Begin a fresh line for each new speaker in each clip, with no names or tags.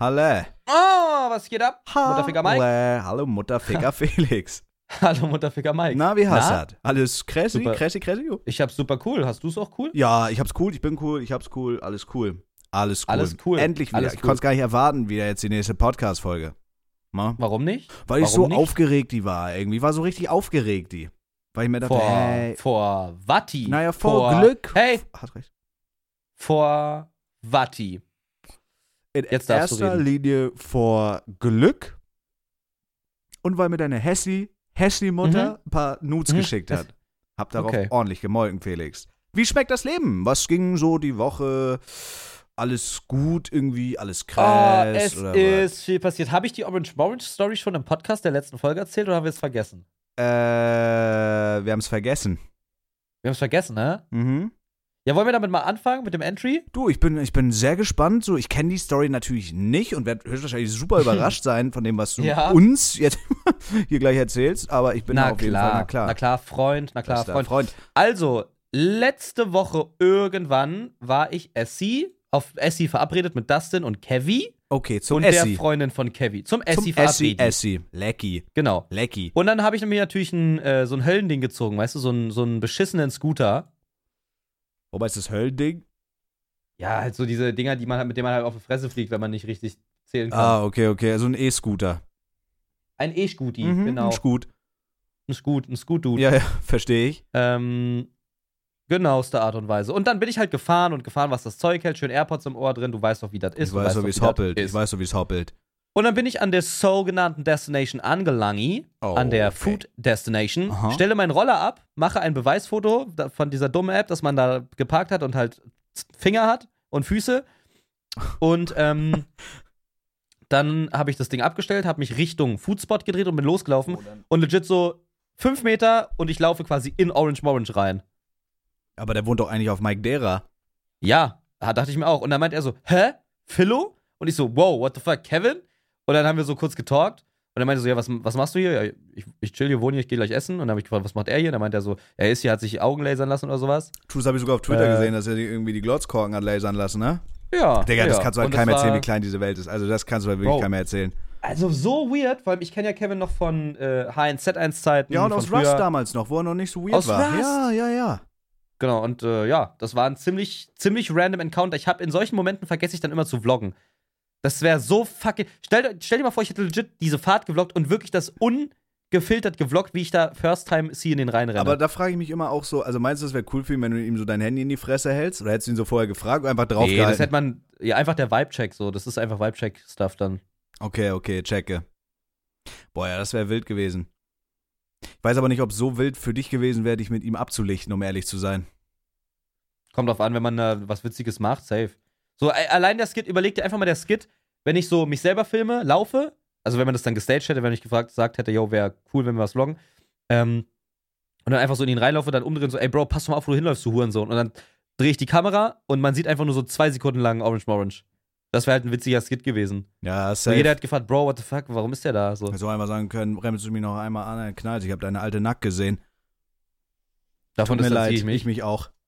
Halle.
Oh, was geht ab? Mutterficker Mike.
Halle. Hallo Mutterficker Felix.
Hallo Mutterficker Mike.
Na, wie hast
Na?
du das? Alles crazy,
Super.
crazy, crazy? Jo.
Ich hab's super cool. Hast du's auch cool?
Ja, ich hab's cool, ich bin cool, ich hab's cool, alles cool. Alles cool.
Alles cool.
Endlich wieder.
Alles
Ich
cool.
konnte es gar nicht erwarten, wieder jetzt die nächste Podcast-Folge. Na?
Warum nicht?
Weil ich so
Warum nicht?
aufgeregt die war, irgendwie. War so richtig aufgeregt die. Weil ich mir dachte,
Vor,
hey.
vor Watti.
Naja, vor, Glück.
Hey,
Hat recht.
vor Watti.
In
Jetzt darfst du
erster
reden.
Linie vor Glück. Und weil mir deine Hessi, Hessi-Mutter ein paar Nudes
Mhm.
geschickt
Das-
hat. Hab darauf
Okay.
ordentlich gemolken, Felix. Wie schmeckt das Leben? Was ging so die Woche? Alles gut irgendwie? Alles
Oh,
krass?
es
oder
ist viel passiert. Habe ich die Orange Orange Story schon im Podcast der letzten Folge erzählt oder haben wir es vergessen?
was? Äh, wir haben's vergessen.
Wir haben es vergessen, ne?
Mhm.
Ja, wollen wir damit mal anfangen mit dem Entry?
Du, ich bin, ich bin sehr gespannt. So, ich kenne die Story natürlich nicht und werde höchstwahrscheinlich super überrascht sein von dem, was du
Ja.
uns jetzt hier gleich erzählst. Aber ich bin
na
auf
klar,
jeden Fall na klar.
na klar, Freund, na klar,
Bester
Freund. Also, letzte Woche irgendwann war ich Essie, auf Essie verabredet mit Dustin und Kevy
Okay, zum
und
Essi.
der Freundin von Kevy. Zum
zum
Essie
Essi,
verabredet.
Essi. Lecky,
Genau.
lecky.
Und dann habe ich mir natürlich ein, äh, so ein Höllending gezogen, weißt du, so einen so einen beschissenen Scooter.
Wobei ist das Höllending?
Ja, halt so diese Dinger, die man halt, mit denen man halt auf die Fresse fliegt, wenn man nicht richtig zählen kann.
Ah, okay, okay. Also ein E-Scooter.
Ein E-Scooty,
Mhm,
genau.
Ein Scoot.
Ein Scoot, ein Scoot-Dude.
Ja, ja, verstehe ich.
Ähm, genaueste Art und Weise. Und dann bin ich halt gefahren und gefahren, was das Zeug hält. Schön AirPods im Ohr drin, du weißt doch, wie das ist.
ich
du
weiß
doch,
so, wie es
das
hoppelt. Ich
ist.
weiß so, wie es hoppelt.
Und dann bin ich an der sogenannten Destination angelangt,
Oh,
an der
okay.
Food Destination,
Aha.
stelle meinen Roller ab, mache ein Beweisfoto da- von dieser dummen App, dass man da geparkt hat und halt Finger hat und Füße. Und ähm, dann habe ich das Ding abgestellt, habe mich Richtung Foodspot gedreht und bin losgelaufen. Und legit so fünf Meter und ich laufe quasi in Orange Morange rein.
Aber der wohnt doch eigentlich auf Mike Dera.
Ja, da dachte ich mir auch. Und dann meint er so, hä? Philo? Und ich so, wow, what the fuck, Kevin? Und dann haben wir so kurz getalkt. Und dann meinte er so, ja, was, was machst du hier? Ja, ich, ich chill hier, wohne hier, ich gehe gleich essen. Und dann habe ich gefragt, was macht er hier? Und dann meinte er so, er ist hier, hat sich Augen lasern lassen oder sowas.
Das habe ich sogar auf Twitter
Äh.
gesehen, dass er die irgendwie die Glotzkorken hat lasern lassen, ne?
Ja.
Digga,
ja.
das kannst du halt
Und
keinem
das
erzählen,
war-
wie klein diese Welt ist. Also das kannst du halt wirklich
Bro.
keinem erzählen.
Also so weird, weil ich kenne ja Kevin noch von äh, HNZ1-Zeiten.
Ja, und
von
aus
früher.
Rust damals noch, wo er noch nicht so weird
Aus
war.
Rust?
Ja, ja, ja.
Genau, und äh, ja, das war ein ziemlich, ziemlich random Encounter. Ich habe in solchen Momenten vergesse ich dann immer zu vloggen. Das wäre so fucking. Stell, stell dir mal vor, ich hätte legit diese Fahrt gevloggt und wirklich das ungefiltert gevloggt, wie ich da First Time See in den Rhein renne.
Aber da frage ich mich immer auch so, also meinst du, es wäre cool für ihn, wenn du ihm so dein Handy in die Fresse hältst? Oder hättest du ihn so vorher gefragt und einfach
nee, das
draufgehalten?
hätte man. Ja, einfach der Vibe-Check so. Das ist einfach Vibe-Check-Stuff dann.
okay, okay, checke. Boah, ja, das wäre wild gewesen. Ich weiß aber nicht, ob es so wild für dich gewesen wäre, dich mit ihm abzulichten, um ehrlich zu sein.
Kommt drauf an, wenn man da was Witziges macht, safe. So, a- allein der Skit, überleg dir einfach mal der Skit, wenn ich so mich selber filme, laufe, also wenn man das dann gestaged hätte, wenn ich gefragt gesagt hätte, yo, wäre cool, wenn wir was vloggen, ähm, und dann einfach so in ihn reinlaufe, dann umdrehen, so, ey Bro, pass doch mal auf, wo du hinläufst, du Hurensohn. Und dann drehe ich die Kamera und man sieht einfach nur so zwei Sekunden lang Orange Morange. Das wäre halt ein witziger Skit gewesen.
Ja,
So,
safe.
jeder hat gefragt, Bro, what the fuck, warum ist der da? So,
so einmal sagen können, bremst du mich noch einmal an, dann knallt. Ich habe deine alte Nackt gesehen.
davon
Tut mir leid,
distanziere ich mich.
auch.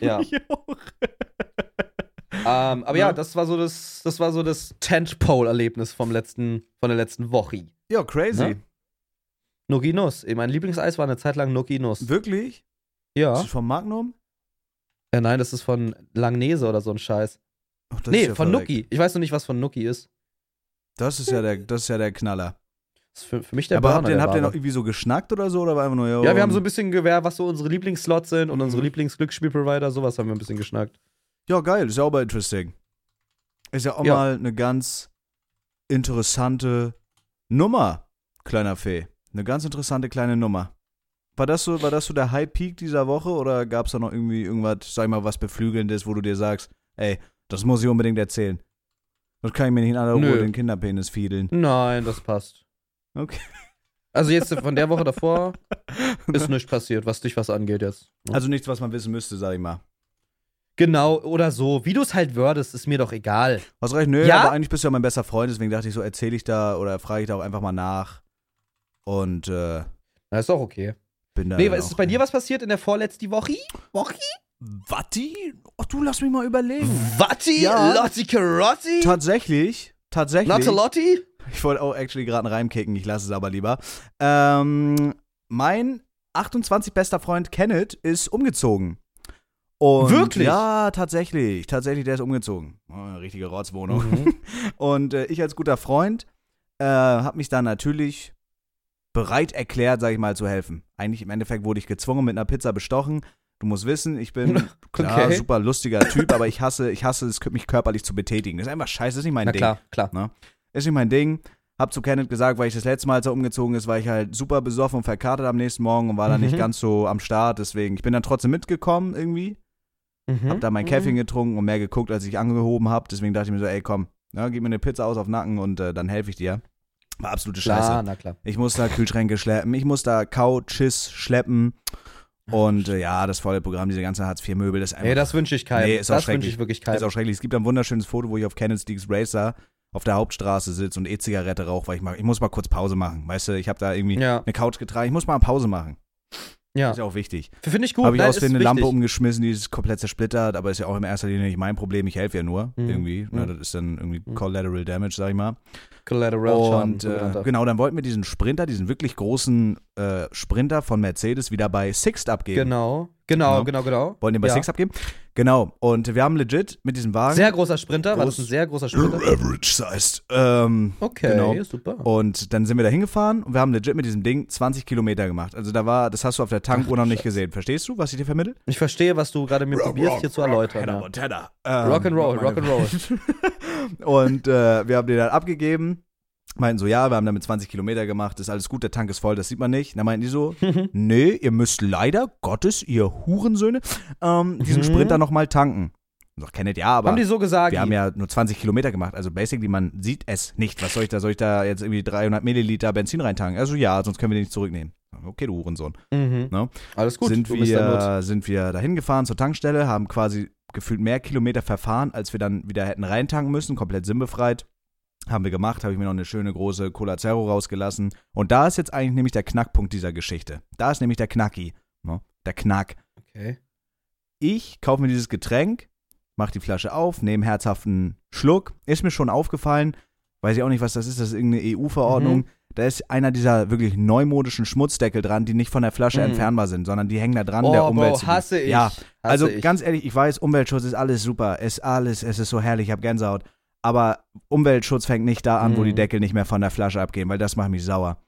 Ja.
ich mich auch.
Ähm, aber ja,
Ja.
das war so das, das war so das Tentpole-Erlebnis vom letzten, von der letzten Woche.
Ja, crazy.
Ne? Nogi Nuss. Eh, Mein Lieblingseis war eine Zeit lang Nogi Nuss.
Wirklich? Ist
Ja.
das von Magnum?
Äh, nein, das ist von Langnese oder so ein Scheiß.
Ach, das ist
nee,
ja
von
verreckt.
Nuki. Ich weiß noch nicht, was von Nuki ist.
Das ist ja der, das ist ja der Knaller.
Das ist für, für mich der
aber
Burner,
habt ihr,
der
habt ihr noch
wahre.
irgendwie so geschnackt oder so? Oder war einfach nur,
Ja, wir haben so ein bisschen gewähr, was so unsere Lieblingsslots sind und
Mhm.
unsere Lieblingsglücksspielprovider, sowas haben wir ein bisschen geschnackt.
Ja, geil, ist ja auch mal interesting. Ist ja auch
Ja.
mal eine ganz interessante Nummer, kleiner Fee. Eine ganz interessante kleine Nummer. War das so, war das so der High Peak dieser Woche oder gab es da noch irgendwie irgendwas, sag ich mal, was Beflügelndes, wo du dir sagst, ey, das muss ich unbedingt erzählen. Das kann ich mir nicht in aller
Nö.
Ruhe den Kinderpenis fiedeln.
Nein, das passt.
Okay.
Also jetzt von der Woche davor ist nichts passiert, was dich was angeht jetzt.
Also nichts, was man wissen müsste, sag ich mal.
genau, oder so. Wie du es halt wordest, ist mir doch egal.
Hast recht, nö,
Ja?
aber eigentlich bist du ja mein bester Freund, deswegen dachte ich so, erzähle ich da oder frage ich da auch einfach mal nach. Und äh,
Na, ist auch okay.
bin da.
Nee,
dann
ist
auch-
bei dir was passiert in der vorletzten Woche? Woche?
Watti? Ach du, lass mich mal überlegen.
Watti?
Ja.
Lotti Carotti?
Tatsächlich, tatsächlich.
Lotte Lotti?
Ich wollte auch actually gerade einen Reim kicken, ich lasse es aber lieber. Ähm, mein 28 bester Freund Kenneth ist umgezogen. Und
Wirklich?
Ja, tatsächlich. Tatsächlich, der ist umgezogen. Oh, eine richtige Rotzwohnung.
Mhm.
Und äh, ich als guter Freund äh, habe mich da natürlich bereit erklärt, sag ich mal, zu helfen. Eigentlich im Endeffekt wurde ich gezwungen, mit einer Pizza bestochen. Du musst wissen, ich bin klar,
Okay.
super lustiger Typ, aber ich hasse, ich hasse es, mich körperlich zu betätigen. Das ist einfach scheiße, das ist nicht mein
Na
Ding
klar, klar.
ist nicht mein Ding. Hab zu Kenneth gesagt, weil ich das letzte Mal, als er umgezogen ist, war ich halt super besoffen und verkatert am nächsten Morgen und war dann
Mhm.
nicht ganz so am Start. Deswegen, ich bin dann trotzdem mitgekommen irgendwie.
Mhm.
Hab dann mein Käffchen getrunken und mehr geguckt, als ich angehoben hab. Deswegen dachte ich mir so, ey, komm, ne, gib mir eine Pizza aus auf den Nacken und äh, dann helfe ich dir. War absolute Scheiße.
Klar, na klar.
Ich muss da Kühlschränke schleppen, ich muss da Couches schleppen. Und äh, ja, das volle Programm, diese ganzen Hartz-IV-Möbel, das ist einfach
Nee, das wünsche ich keinem.
Nee, ist auch
das wünsche
schrecklich.
ich wirklich
ist
keinem.
auch schrecklich. Es gibt ein wunderschönes Foto, wo ich auf Kenneth Deeks Racer auf der Hauptstraße sitze und E-Zigarette rauche, weil ich mal, ich muss mal kurz Pause machen. Weißt du, ich habe da irgendwie
Ja,
eine Couch getragen. Ich muss mal Pause machen.
ja.
Ist ja auch wichtig.
Finde ich gut.
Habe ich
Nein,
aus
ist
eine Lampe um-
wichtig.
umgeschmissen, die ist komplett zersplittert, aber ist ja auch in erster Linie nicht mein Problem. Ich helfe ja nur
Mhm.
irgendwie. Na,
Mhm.
das ist dann irgendwie
Mhm.
Collateral Damage, sag ich mal.
Collateral Schaden,
und äh,
sogenannter.
genau, dann wollten wir diesen Sprinter, diesen wirklich großen äh, Sprinter von Mercedes wieder bei Sixt abgeben.
genau. Genau, genau, genau.
Wollen den bei
Ja.
Sixt abgeben? Genau. Und wir haben legit mit diesem Wagen
Sehr großer Sprinter. War das
Groß-
ein sehr großer Sprinter?
Average-sized. Ähm,
Okay,
Genau.
super.
und dann sind wir da hingefahren und wir haben legit mit diesem Ding 20 Kilometer gemacht. Also da war, das hast du auf der Tankuhr noch nicht gesehen. Verstehst du, was ich dir vermittelt?
Ich verstehe, was du gerade mir probierst, hier zu erläutern.
Hannah
Ja.
Montana. Ähm,
Rock'n'Roll, Rock'n'Roll.
Und äh, wir haben den dann abgegeben. Meinten so, ja, wir haben damit 20 Kilometer gemacht, ist alles gut, der Tank ist voll, das sieht man nicht. Dann meinten die so, nee, ihr müsst leider, Gottes, ihr Hurensöhne, ähm, diesen
Mhm.
Sprinter nochmal tanken. Ich Sag, kennet ja, aber.
Haben die so gesagt?
Wir haben ja nur 20 Kilometer gemacht, also basically, man sieht es nicht. Was soll ich da, soll ich da jetzt irgendwie 300 Milliliter Benzin reintanken? Also ja, sonst können wir den nicht zurücknehmen. Okay, du Hurensohn.
mhm.
ne?
Alles gut.
sind,
du bist der Nutz.
wir, sind wir dahin gefahren zur Tankstelle, haben quasi gefühlt mehr Kilometer verfahren, als wir dann wieder hätten reintanken müssen, komplett sinnbefreit. Haben wir gemacht, habe ich mir noch eine schöne große Cola Zero rausgelassen. Und da ist jetzt eigentlich nämlich der Knackpunkt dieser Geschichte. Da ist nämlich der Knacki, ne? der Knack
Okay.
ich kaufe mir dieses Getränk, mache die Flasche auf, nehme herzhaften Schluck. Ist mir schon aufgefallen, weiß ich auch nicht, was das ist, das ist irgendeine EU-Verordnung.
Mhm.
Da ist einer dieser wirklich neumodischen Schmutzdeckel dran, die nicht von der Flasche
Mhm.
entfernbar sind, sondern die hängen da dran,
Oh,
der Umwelt.
Bro, hasse ich.
Ja,
hasse
also
ich.
ganz ehrlich, ich weiß, Umweltschutz ist alles super, ist alles, es ist so herrlich, ich habe Gänsehaut. Aber Umweltschutz fängt nicht da an, wo
Mhm.
die Deckel nicht mehr von der Flasche abgehen, weil das macht mich sauer.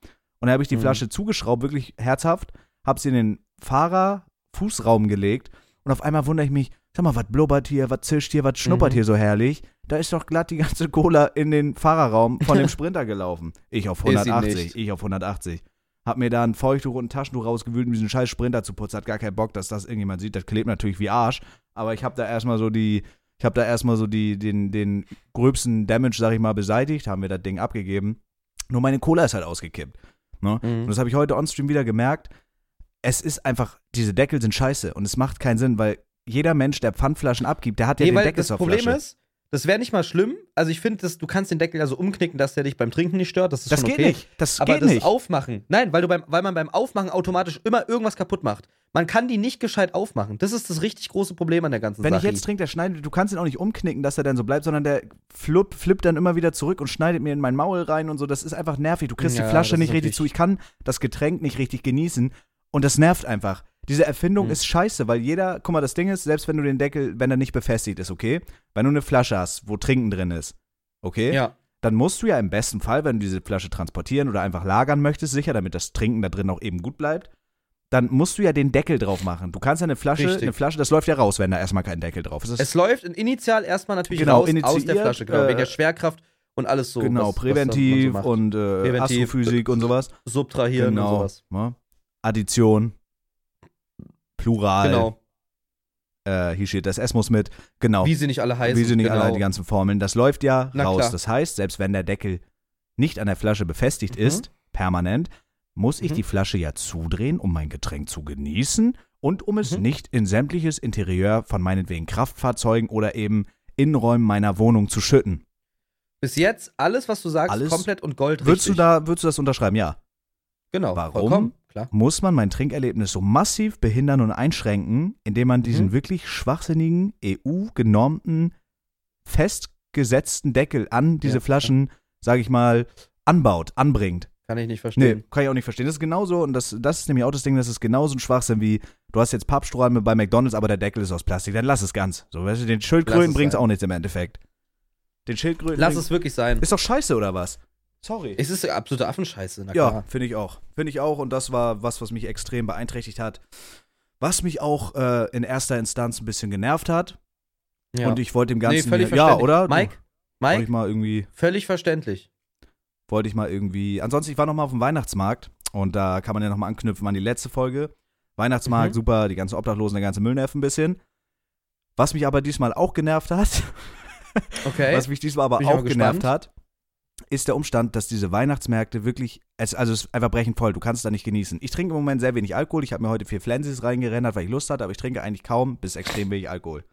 Und da habe ich die
Mhm.
Flasche zugeschraubt, wirklich herzhaft, habe sie in den Fahrerfußraum gelegt und auf einmal wundere ich mich, sag mal, was blubbert hier, was zischt hier, was schnuppert
Mhm.
hier so herrlich? Da ist doch glatt die ganze Cola in den Fahrerraum von dem Sprinter gelaufen. Ich auf
Ist sie
180,
nicht.
ich auf 180. Hab mir da ein Feuchttuch und ein Taschentuch rausgewühlt, um diesen scheiß Sprinter zu putzen. Hat gar keinen Bock, dass das irgendjemand sieht. Das klebt natürlich wie Arsch. Aber ich hab da erstmal so die, ich hab da erstmal so die, den, den gröbsten Damage, sag ich mal, beseitigt. Haben wir das Ding abgegeben. Nur meine Cola ist halt ausgekippt. Ne? Und
Mhm.
das habe ich heute on-stream wieder gemerkt. Es ist einfach, diese Deckel sind scheiße und es macht keinen Sinn, weil jeder Mensch, der Pfandflaschen abgibt, der hat ja
Nee,
den
weil
Deckel
das
zur
Problem
Flasche.
ist, das wäre nicht mal schlimm. Also ich finde, dass- du kannst den Deckel ja so umknicken, dass der dich beim Trinken nicht stört. Das ist
das
schon
geht
okay.
nicht. Das
Aber
geht
das
nicht.
Aufmachen. Nein, weil, du beim, weil man beim Aufmachen automatisch immer irgendwas kaputt macht. Man kann die nicht gescheit aufmachen. Das ist das richtig große Problem an der ganzen
Wenn ich
Sache.
jetzt trinke, der schneidet, du kannst ihn auch nicht umknicken, dass er dann so bleibt, sondern der flupp, flippt dann immer wieder zurück und schneidet mir in mein Maul rein und so. Das ist einfach nervig. Du kriegst
Ja,
die Flasche
das
nicht
ist
richtig
natürlich-
zu. Ich kann das Getränk nicht richtig genießen und das nervt einfach. Diese Erfindung
Hm.
ist scheiße, weil jeder, guck mal, das Ding ist, selbst wenn du den Deckel, wenn er nicht befestigt ist, okay? Wenn du eine Flasche hast, wo Trinken drin ist, okay?
ja.
dann musst du ja im besten Fall, wenn du diese Flasche transportieren oder einfach lagern möchtest, sicher, damit das Trinken da drin auch eben gut bleibt, dann musst du ja den Deckel drauf machen. Du kannst ja eine Flasche,
Richtig.
eine Flasche, das läuft ja raus, wenn da erstmal kein Deckel drauf ist. Das
Es läuft initial erstmal natürlich
Genau,
raus aus der
initiiert,
Flasche, genau,
äh,
wegen der Schwerkraft und alles so.
genau,
was- was
präventiv
man so macht.
und äh,
Präventiv,
Astrophysik und sowas.
subtrahieren und
genau.
sowas.
ne? Addition, Plural,
Genau.
äh, hier steht das Esmus mit. Genau.
Wie sie nicht alle heißen.
Wie sie nicht
genau.
alle die ganzen Formeln. Das läuft ja
Na
raus.
klar.
Das heißt, selbst wenn der Deckel nicht an der Flasche befestigt
Mhm.
ist, permanent, muss ich
Mhm.
die Flasche ja zudrehen, um mein Getränk zu genießen und um es
Mhm.
nicht in sämtliches Interieur von meinetwegen Kraftfahrzeugen oder eben Innenräumen meiner Wohnung zu schütten.
Bis jetzt alles, was du sagst,
Alles-
komplett und Gold
Würdest du,
richtig.
da, würdest du das unterschreiben? Ja.
Genau.
Warum?
vollkommen, klar.
muss man mein Trinkerlebnis so massiv behindern und einschränken, indem man diesen
Mhm.
wirklich schwachsinnigen, E EU-genormten, festgesetzten Deckel an diese
Ja,
Flaschen, sage ich mal, anbaut, anbringt.
Kann ich nicht verstehen.
Nee, kann ich auch nicht verstehen. Das ist genauso, und das, das ist nämlich auch das Ding, das ist genauso ein Schwachsinn wie, du hast jetzt Pappsträume bei McDonalds, aber der Deckel ist aus Plastik, dann lass es ganz. So, weißt du, den
Lass
Schildkröten
es
bringt
sein.
auch nichts im Endeffekt. Den Schildkröten.
Lass
bringt's-
es wirklich sein.
Ist doch scheiße, oder was? Sorry.
Es ist absolute Affenscheiße, na
Ja,
klar.
finde ich auch. Finde ich auch. Und das war was, was mich extrem beeinträchtigt hat. Was mich auch äh, in erster Instanz ein bisschen genervt hat.
Ja.
Und ich wollte dem Ganzen.
völlig
ja,
verständlich.
oder?
Mike,
Wollte
Mike,
ich mal irgendwie.
völlig verständlich.
Wollte ich mal irgendwie. Ansonsten, ich war nochmal auf dem Weihnachtsmarkt. Und da kann man ja nochmal anknüpfen an die letzte Folge. Weihnachtsmarkt,
Mhm.
super. Die ganzen Obdachlosen, der ganze Müllnerv ein bisschen. Was mich aber diesmal auch genervt hat,
Okay.
was mich diesmal aber
Bin ich
auch
mal
genervt
gespannt.
hat, ist der Umstand, dass diese Weihnachtsmärkte wirklich, es, also es ist einfach brechend voll, du kannst da nicht genießen. Ich trinke im Moment sehr wenig Alkohol, ich habe mir heute vier Flensis reingerendert, weil ich Lust hatte, aber ich trinke eigentlich kaum bis extrem wenig Alkohol.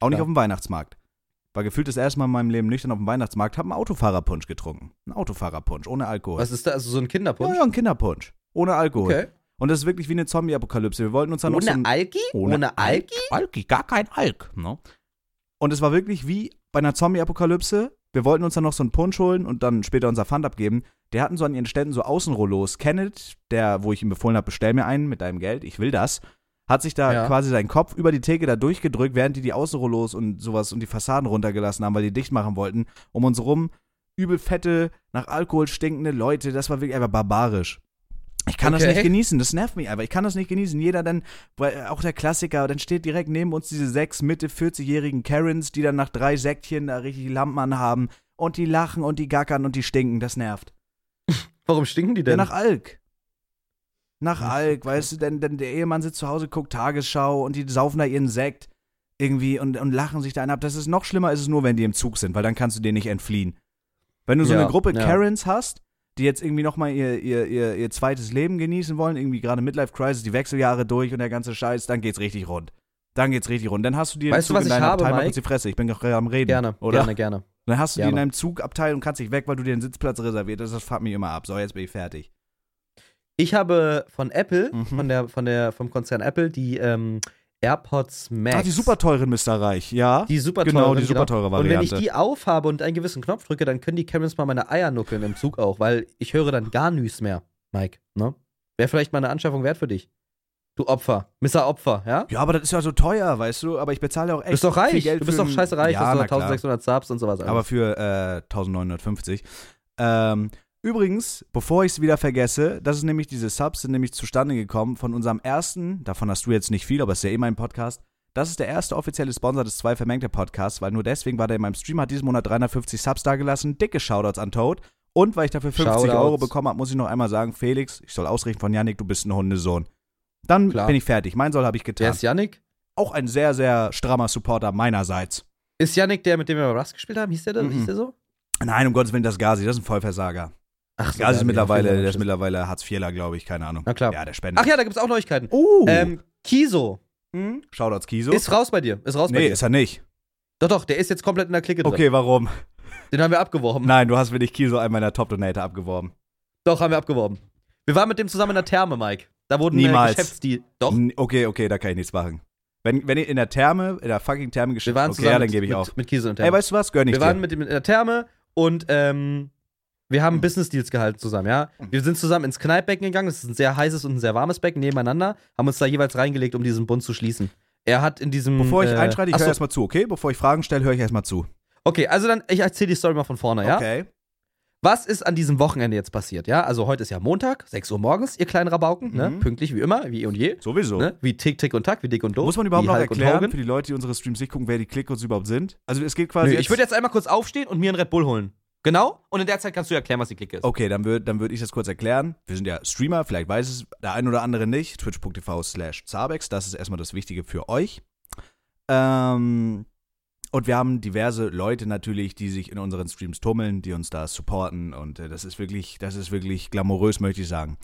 Auch nicht
Klar.
auf dem Weihnachtsmarkt. War gefühlt das erste Mal in meinem Leben nüchtern auf dem Weihnachtsmarkt, habe einen Autofahrerpunsch getrunken. Einen Autofahrerpunsch, ohne Alkohol.
was ist da? Also so ein
Ja,
Kinderpunsch?
ja, ein Kinderpunsch. Ohne Alkohol.
Okay.
Und das ist wirklich wie eine Zombie-Apokalypse. Wir wollten uns dann noch so ein,
Ohne Alki? Ohne, Alki?
Alki, gar kein Alk. Ne? Und es war wirklich wie bei einer Zombie-Apokalypse. Wir wollten uns dann noch so einen Punsch holen und dann später unser Pfand abgeben. Die hatten so an ihren Ständen so Außenrollos. Kenneth, der, wo ich ihm befohlen habe, bestell mir einen mit deinem Geld, ich will das, hat sich da
Ja.
quasi seinen Kopf über die Theke da durchgedrückt, während die die Außenrollos und sowas und die Fassaden runtergelassen haben, weil die dicht machen wollten. Um uns rum übel fette, nach Alkohol stinkende Leute. Das war wirklich einfach barbarisch. Ich kann das
Okay.
nicht genießen, das nervt mich einfach. Ich kann das nicht genießen. Jeder dann, weil äh, auch der Klassiker, dann steht direkt neben uns diese sechs Mitte 40-jährigen Karens, die dann nach drei Säckchen da richtig Lampen anhaben und die lachen und die gackern und die stinken, das nervt.
Warum stinken die
Ja,
denn?
nach Alk. Nach
Ja,
Alk, weißt du, denn, denn der Ehemann sitzt zu Hause, guckt Tagesschau und die saufen da ihren Sekt irgendwie und, und lachen sich da einen ab. Das ist noch schlimmer, ist es nur, wenn die im Zug sind, weil dann kannst du denen nicht entfliehen. Wenn du so
Ja,
eine Gruppe
ja.
Karens hast, die jetzt irgendwie nochmal ihr, ihr, ihr, ihr zweites Leben genießen wollen, irgendwie gerade Midlife-Crisis, die Wechseljahre durch und der ganze Scheiß, dann geht's richtig rund. Dann geht's richtig rund. Dann hast du dir
Weißt du, was
in
ich
deinem
habe,
Abteil mal
Mike?
kurz die Fresse. Ich bin gerade am Reden.
gerne,
oder?
gerne, gerne.
Dann hast du die in
Gerne.
deinem Zugabteil und kannst dich weg, weil du dir den Sitzplatz reserviert hast. Das fuckt mich immer ab. So, jetzt bin ich fertig.
Ich habe von Apple,
Mhm.
von der, von der, vom Konzern Apple, die ähm, AirPods Max.
Ah, die super teuren Mr. Reich, ja.
Die super
genau,
teuren,
die super teure Variante.
Und wenn ich die aufhabe und einen gewissen Knopf drücke, dann können die Karens mal meine Eier nuckeln im Zug auch, weil ich höre dann gar nichts mehr, Mike. Ne? Wäre vielleicht mal eine Anschaffung wert für dich. Du Opfer. Mr. Opfer, ja?
ja, aber das ist ja so teuer, weißt du? Aber ich bezahle ja auch
Du
echt.
bist doch reich.
Viel Geld
Du bist
für
doch
ein-
scheiße reich,
ja,
dass du
na
da
klar.
1600 Subs und sowas
Aber für äh, 1950. Ähm, übrigens, bevor ich es wieder vergesse, das ist nämlich, diese Subs sind nämlich zustande gekommen von unserem ersten, davon hast du jetzt nicht viel, aber es ist ja eh mein Podcast. Das ist der erste offizielle Sponsor des zwei vermengte Podcasts, weil nur deswegen war der in meinem Stream, hat diesen Monat 350 Subs dagelassen. Dicke Shoutouts an Toad. Und weil ich dafür 50 Euro
Shoutouts.
bekommen habe, muss ich noch einmal sagen, Felix, ich soll ausrichten von Yannick, du bist ein Hundesohn. Dann
Klar.
bin ich fertig. Mein Soll habe ich getan.
Wer ist Yannick?
Auch ein sehr, sehr strammer Supporter meinerseits.
Ist Yannick der, mit dem wir Rust gespielt haben? Hieß der, da?
Mhm.
Hieß der so?
Nein, um Gottes Willen, das Gazi, das ist ein Vollversager.
Ach
Ja, also ist
ja,
mittlerweile,
vielen Dank,
der ist
tschüss.
mittlerweile Hartz IVler, glaube ich, keine Ahnung.
Na klar.
Ja, der spendet.
Ach ja, da gibt's auch Neuigkeiten.
oh.
Ähm, Kiso.
hm? Shoutouts Kiso.
Ist raus bei dir. Ist Mhm. raus bei
nee,
dir.
ist er nicht.
Doch, doch, der ist jetzt komplett in der Clique drin.
Okay, warum?
Den haben wir abgeworben.
Nein, du hast mir nicht Kiso, einen meiner Top-Donator, abgeworben.
Doch, haben wir abgeworben. Wir waren mit dem zusammen in der Therme, Mike. Da wurden
Niemals.
Äh, Geschäftsdeal. Doch,
N- Okay, okay, da kann ich nichts machen. Wenn, wenn ihr in der Therme, in der fucking Therme
wir
geschickt
waren
okay,
zusammen
ja, dann
mit-
gebe ich
mit,
auf.
mit Kiesel und Therme.
Ey, weißt du was? Gönn ich
wir waren
dir.
mit ihm in der Therme und ähm, wir haben Business Deals gehalten zusammen, ja. Wir sind zusammen ins Kneippbecken gegangen. Das ist ein sehr heißes und ein sehr warmes Becken nebeneinander. Haben uns da jeweils reingelegt, um diesen Bund zu schließen. Er hat in diesem.
Bevor ich
äh,
einschreite, ich höre
achso,
erstmal zu, okay? Bevor ich Fragen stelle, höre ich erstmal zu.
Okay, also dann, ich erzähle die Story mal von vorne, ja.
Okay.
Was ist an diesem Wochenende jetzt passiert, ja? Also heute ist ja Montag, 6 Uhr morgens, ihr kleinen Rabauken, ne?
Mhm.
Pünktlich wie immer, wie eh und je.
Sowieso.
Ne? Wie Tick, Tick und Tack, wie Dick und Doof.
Muss man überhaupt
wie
noch
Hulk und
erklären
Hogan.
für die Leute, die unsere Streams nicht gucken, wer die Click uns überhaupt sind? Also es geht quasi
Nö,
jetzt,
ich würde jetzt einmal kurz aufstehen und mir einen Red Bull holen. Genau? Und in der Zeit kannst du erklären, was die Clique ist.
Okay, dann würde dann würd ich das kurz erklären. Wir sind ja Streamer, vielleicht weiß es der ein oder andere nicht. Twitch.tv slash Zabex, das ist erstmal das Wichtige für euch. Ähm, und wir haben diverse Leute natürlich, die sich in unseren Streams tummeln, die uns da supporten und äh, das ist wirklich, das ist wirklich glamourös, möchte ich sagen.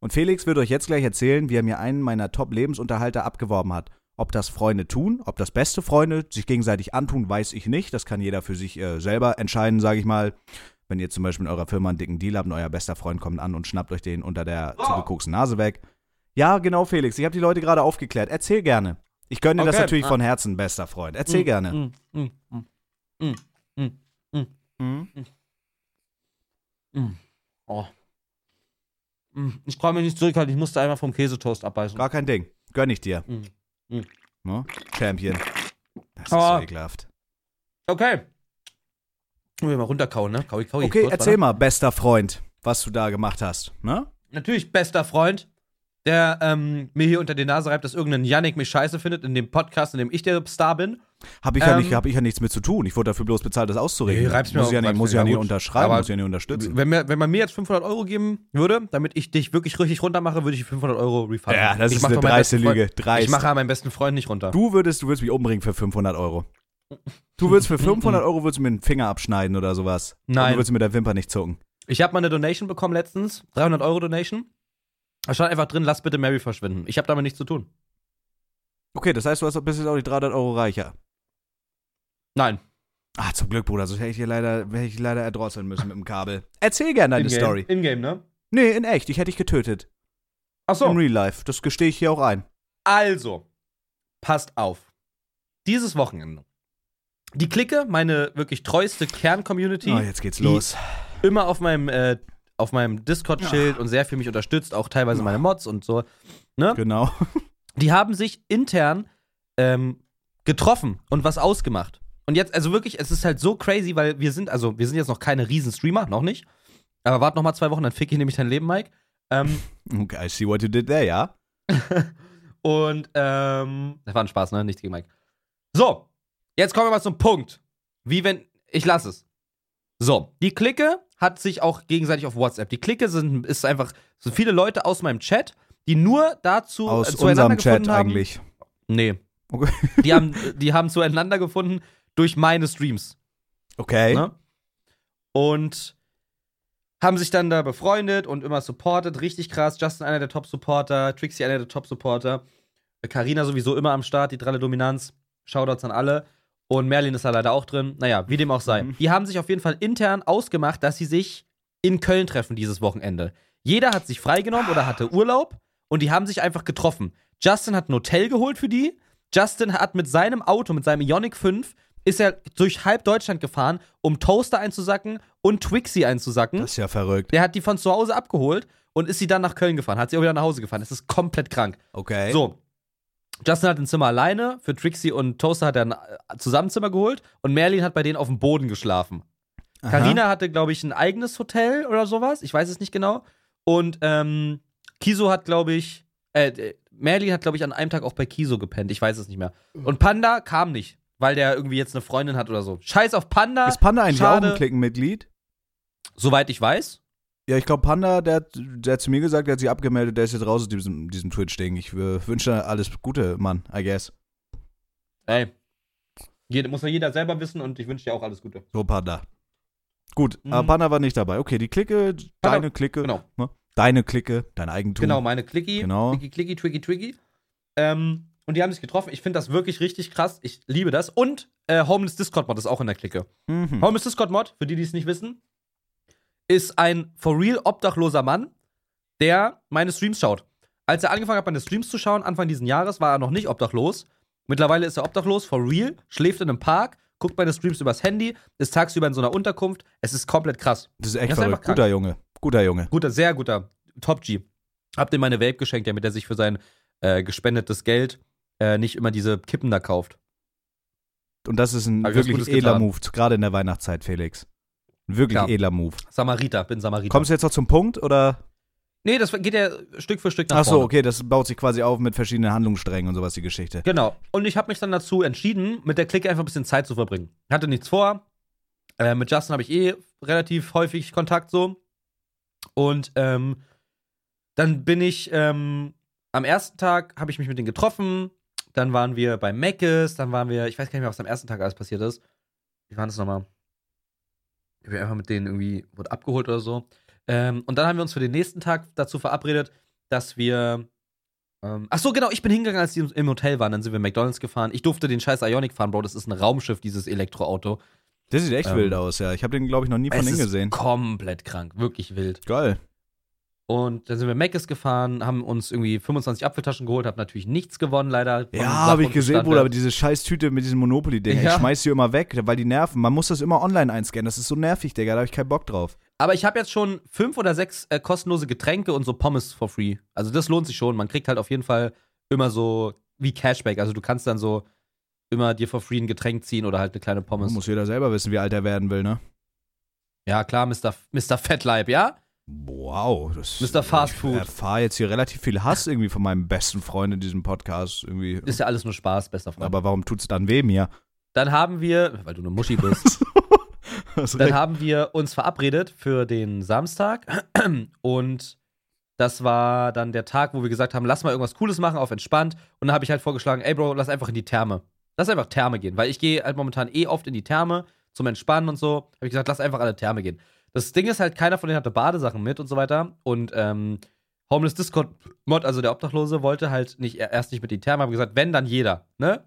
Und Felix wird euch jetzt gleich erzählen, wie er mir einen meiner Top-Lebensunterhalter abgeworben hat. Ob das Freunde tun, ob das beste Freunde sich gegenseitig antun, weiß ich nicht. Das kann jeder für sich äh, selber entscheiden, sage ich mal. Wenn ihr zum Beispiel in eurer Firma einen dicken Deal habt und euer bester Freund kommt an und schnappt euch den unter der
Oh.
zugekoksten Nase weg. Ja, genau, Felix. Ich habe die Leute gerade aufgeklärt. Erzähl gerne. Ich gönne dir das
Okay.
natürlich
Ah.
von Herzen, bester Freund. Erzähl gerne.
Mm, mm, mm, mm, mm, mm, mm. Oh. Mm, Ich kann mich nicht zurückhalten, ich musste einmal vom Käsetoast abbeißen.
Gar kein Ding. Gönn ich dir.
Mm, mm.
Ne? Champion. Das ist
Ah.
so ekelhaft.
Okay. Ich will mal runterkauen, ne? Kaui, kaui.
Okay,
kurz,
erzähl
warte.
mal, bester Freund, was du da gemacht hast. Ne?
Natürlich bester Freund, der ähm, mir hier unter die Nase reibt, dass irgendein Yannick mich scheiße findet in dem Podcast, in dem ich der Star bin.
Hab ich, ja
Ähm.
nicht, hab ich ja nichts mit zu tun. Ich wurde dafür bloß bezahlt, das auszureden.
Nee, reib's mir
muss
auf,
ich ja nicht,
reib's
muss ich
mir,
ja
ja
nicht
gut.
unterschreiben,
Aber-
muss ich ja nicht unterstützen.
Wenn mir, wenn man mir jetzt 500 Euro geben würde, damit ich dich wirklich richtig runter mache, würde ich die 500 Euro refunden.
Ja, das
ich
ist
mach
eine
doch meinen
dreiste
besten Freund-
Lüge. Dreist.
Ich mache meinen besten Freund nicht runter.
Du würdest, du würdest mich umbringen für 500 Euro. Du würdest für 500 Euro würdest du mir den Finger abschneiden oder sowas. Und
Nein.
du würdest mit der Wimper nicht zucken.
Ich habe mal eine Donation bekommen letztens, 300 Euro Donation. Da stand einfach drin, lass bitte Mary verschwinden. Ich habe damit nichts zu tun.
Okay, das heißt, du hast, bist jetzt auch die 300 Euro reicher.
Nein.
Ah, zum Glück, Bruder. Sonst hätte ich hier leider, hätte ich leider erdrosseln müssen mit dem Kabel. Erzähl gerne deine
In-game.
Story.
In-game, ne?
Nee, in echt. Ich hätte dich getötet.
Ach so.
In real life. Das gestehe ich hier auch ein.
Also, passt auf. Dieses Wochenende. Die Clique, meine wirklich treueste Kern-Community,
Oh, jetzt geht's
Die-
los.
immer auf meinem, äh, auf meinem Discord-Schild und sehr viel mich unterstützt, auch teilweise meine Mods und so. Ne?
Genau.
Die haben sich intern ähm, getroffen und was ausgemacht. Und jetzt, also wirklich, es ist halt so crazy, weil wir sind, also wir sind jetzt noch keine Riesen-Streamer, noch nicht. Aber warte noch mal zwei Wochen, dann fick ich nämlich dein Leben, Mike. Ähm,
Okay, I see what you did there, ja?
Und ähm, das war ein Spaß, ne? Nichts gegen Mike. So, jetzt kommen wir mal zum Punkt. Wie wenn ich lasse es. So, die Clique hat sich auch gegenseitig auf WhatsApp. Die Clique sind ist einfach so viele Leute aus meinem Chat, die nur dazu
Aus
äh, zueinander
unserem Chat
gefunden haben.
eigentlich.
Nee.
Okay.
Die haben die haben zueinander gefunden durch meine Streams.
Okay.
Ne? Und haben sich dann da befreundet und immer supportet. Richtig krass. Justin einer der Top-Supporter, Trixie einer der Top-Supporter, Karina sowieso immer am Start, die dralle Dominanz. Shoutouts an alle. Und Merlin ist da leider auch drin. Naja, wie dem auch sei.
Mhm.
Die haben sich auf jeden Fall intern ausgemacht, dass sie sich in Köln treffen dieses Wochenende. Jeder hat sich freigenommen oder hatte Urlaub und die haben sich einfach getroffen. Justin hat ein Hotel geholt für die. Justin hat mit seinem Auto, mit seinem Ionic 5, ist er durch halb Deutschland gefahren, um Toaster einzusacken und Twixie einzusacken.
Das ist ja verrückt.
der hat die von zu Hause abgeholt und ist sie dann nach Köln gefahren. Hat sie auch wieder nach Hause gefahren. Das ist komplett krank.
Okay.
So. Justin hat ein Zimmer alleine, für Trixie und Toaster hat er ein äh, Zusammenzimmer geholt und Merlin hat bei denen auf dem Boden geschlafen.
Aha.
Karina hatte, glaube ich, ein eigenes Hotel oder sowas. Ich weiß es nicht genau. Und ähm, Kiso hat, glaube ich, äh, äh, Merlin hat, glaube ich, an einem Tag auch bei Kiso gepennt. Ich weiß es nicht mehr. Und Panda kam nicht, weil der irgendwie jetzt eine Freundin hat oder so. Scheiß auf Panda.
Ist Panda eigentlich auch
Schade.
ein Klickenmitglied?
Soweit ich weiß.
Ja, ich glaube, Panda, der, hat- der hat zu mir gesagt, der hat sich abgemeldet, der ist jetzt raus aus diesem, diesem Twitch-Ding. Ich äh, wünsche alles Gute, Mann, I guess.
Ey. Jeder, muss ja jeder selber wissen und ich wünsche dir auch alles Gute.
So, Panda. Gut,
Mhm.
aber Panda war nicht dabei. Okay, die Clique,
Panda-
deine Clique,
Genau.
ne? deine Clique, dein Eigentum.
Genau, meine Clicky.
Genau.
Clicky, Clicky, Twiggy, Twiggy. Ähm, und die haben sich getroffen. Ich finde das wirklich richtig krass. Ich liebe das. Und äh, Homeless Discord Mod ist auch in der Clique.
Mhm.
Homeless Discord Mod, für die, die es nicht wissen, ist ein for real obdachloser Mann, der meine Streams schaut. Als er angefangen hat, meine Streams zu schauen, Anfang diesen Jahres, war er noch nicht obdachlos. Mittlerweile ist er obdachlos, for real, schläft in einem Park, guckt meine Streams übers Handy, ist tagsüber in so einer Unterkunft. Es ist komplett krass.
Das ist echt
Das
verrückt.
ist einfach krank.
guter Junge, guter Junge.
Guter, sehr guter. Top G. Hab dem meine Vape geschenkt, damit er sich für sein äh, gespendetes Geld äh, nicht immer diese Kippen da kauft.
Und das ist ein
Hab ich was
wirklich
Gutes
edler
getan.
Move, gerade in der Weihnachtszeit, Felix. Ein wirklich
Klar.
edler Move.
Samariter, bin Samariter.
Kommst du jetzt noch zum Punkt oder?
nee, das geht ja Stück für Stück nach
Ach so,
vorne.
okay, das baut sich quasi auf mit verschiedenen Handlungssträngen und sowas, die Geschichte.
Genau. Und ich habe mich dann dazu entschieden, mit der Clique einfach ein bisschen Zeit zu verbringen. Hatte nichts vor. Äh, mit Justin habe ich eh relativ häufig Kontakt so. Und ähm, dann bin ich ähm, am ersten Tag habe ich mich mit denen getroffen. Dann waren wir bei Meckes, dann waren wir, ich weiß gar nicht mehr, was am ersten Tag alles passiert ist. Wie war das nochmal? Ich bin einfach mit denen irgendwie, wurde abgeholt oder so. Ähm, und dann haben wir uns für den nächsten Tag dazu verabredet, dass wir. Ähm, ach so, genau, ich bin hingegangen, als die im- im Hotel waren. Dann sind wir McDonalds gefahren. Ich durfte den scheiß Ionic fahren, Bro. Das ist ein Raumschiff, dieses Elektroauto.
Der sieht echt
Ähm,
wild aus, ja. Ich habe den, glaube ich, noch nie von
es
innen
ist
gesehen.
komplett krank, wirklich wild.
Geil.
Und dann sind wir Meckes gefahren, haben uns irgendwie 25 Apfeltaschen geholt, hab natürlich nichts gewonnen, leider. Von
Ja, habe ich
Sachbund
gesehen,
gestanden.
Bruder, aber diese scheiß Tüte mit diesem Monopoly-Ding. Ich
Ja.
schmeiß die immer weg, weil die nerven. Man muss das immer online einscannen. Das ist so nervig, Digga. Da habe ich keinen Bock drauf.
Aber ich habe jetzt schon fünf oder sechs äh, kostenlose Getränke und so Pommes for free. Also das lohnt sich schon. Man kriegt halt auf jeden Fall immer so wie Cashback. Also du kannst dann so immer dir for free ein Getränk ziehen oder halt eine kleine Pommes.
Muss jeder selber wissen, wie alt er werden will, ne?
Ja, klar, Mr. F- Mr. Fettleib, ja?
Wow, das
Mr. Fast Food.
Ich erfahre jetzt hier relativ viel Hass irgendwie von meinem besten Freund in diesem Podcast. Irgendwie.
Ist ja alles nur Spaß, bester Freund.
Genau. Aber warum tut's dann weh mir?
Dann haben wir, weil du eine Muschi bist,
Das
dann
regt-
haben wir uns verabredet für den Samstag und das war dann der Tag, wo wir gesagt haben, lass mal irgendwas Cooles machen, auf entspannt. Und dann habe ich halt vorgeschlagen, ey Bro, lass einfach in die Therme. Lass einfach Therme gehen, weil ich gehe halt momentan eh oft in die Therme zum Entspannen und so. Habe ich gesagt, lass einfach alle Therme gehen. Das Ding ist halt, keiner von denen hatte Badesachen mit und so weiter. Und ähm, Homeless Discord Mod, also der Obdachlose, wollte halt nicht erst nicht mit in die Therme, haben gesagt, wenn, dann jeder. Ne?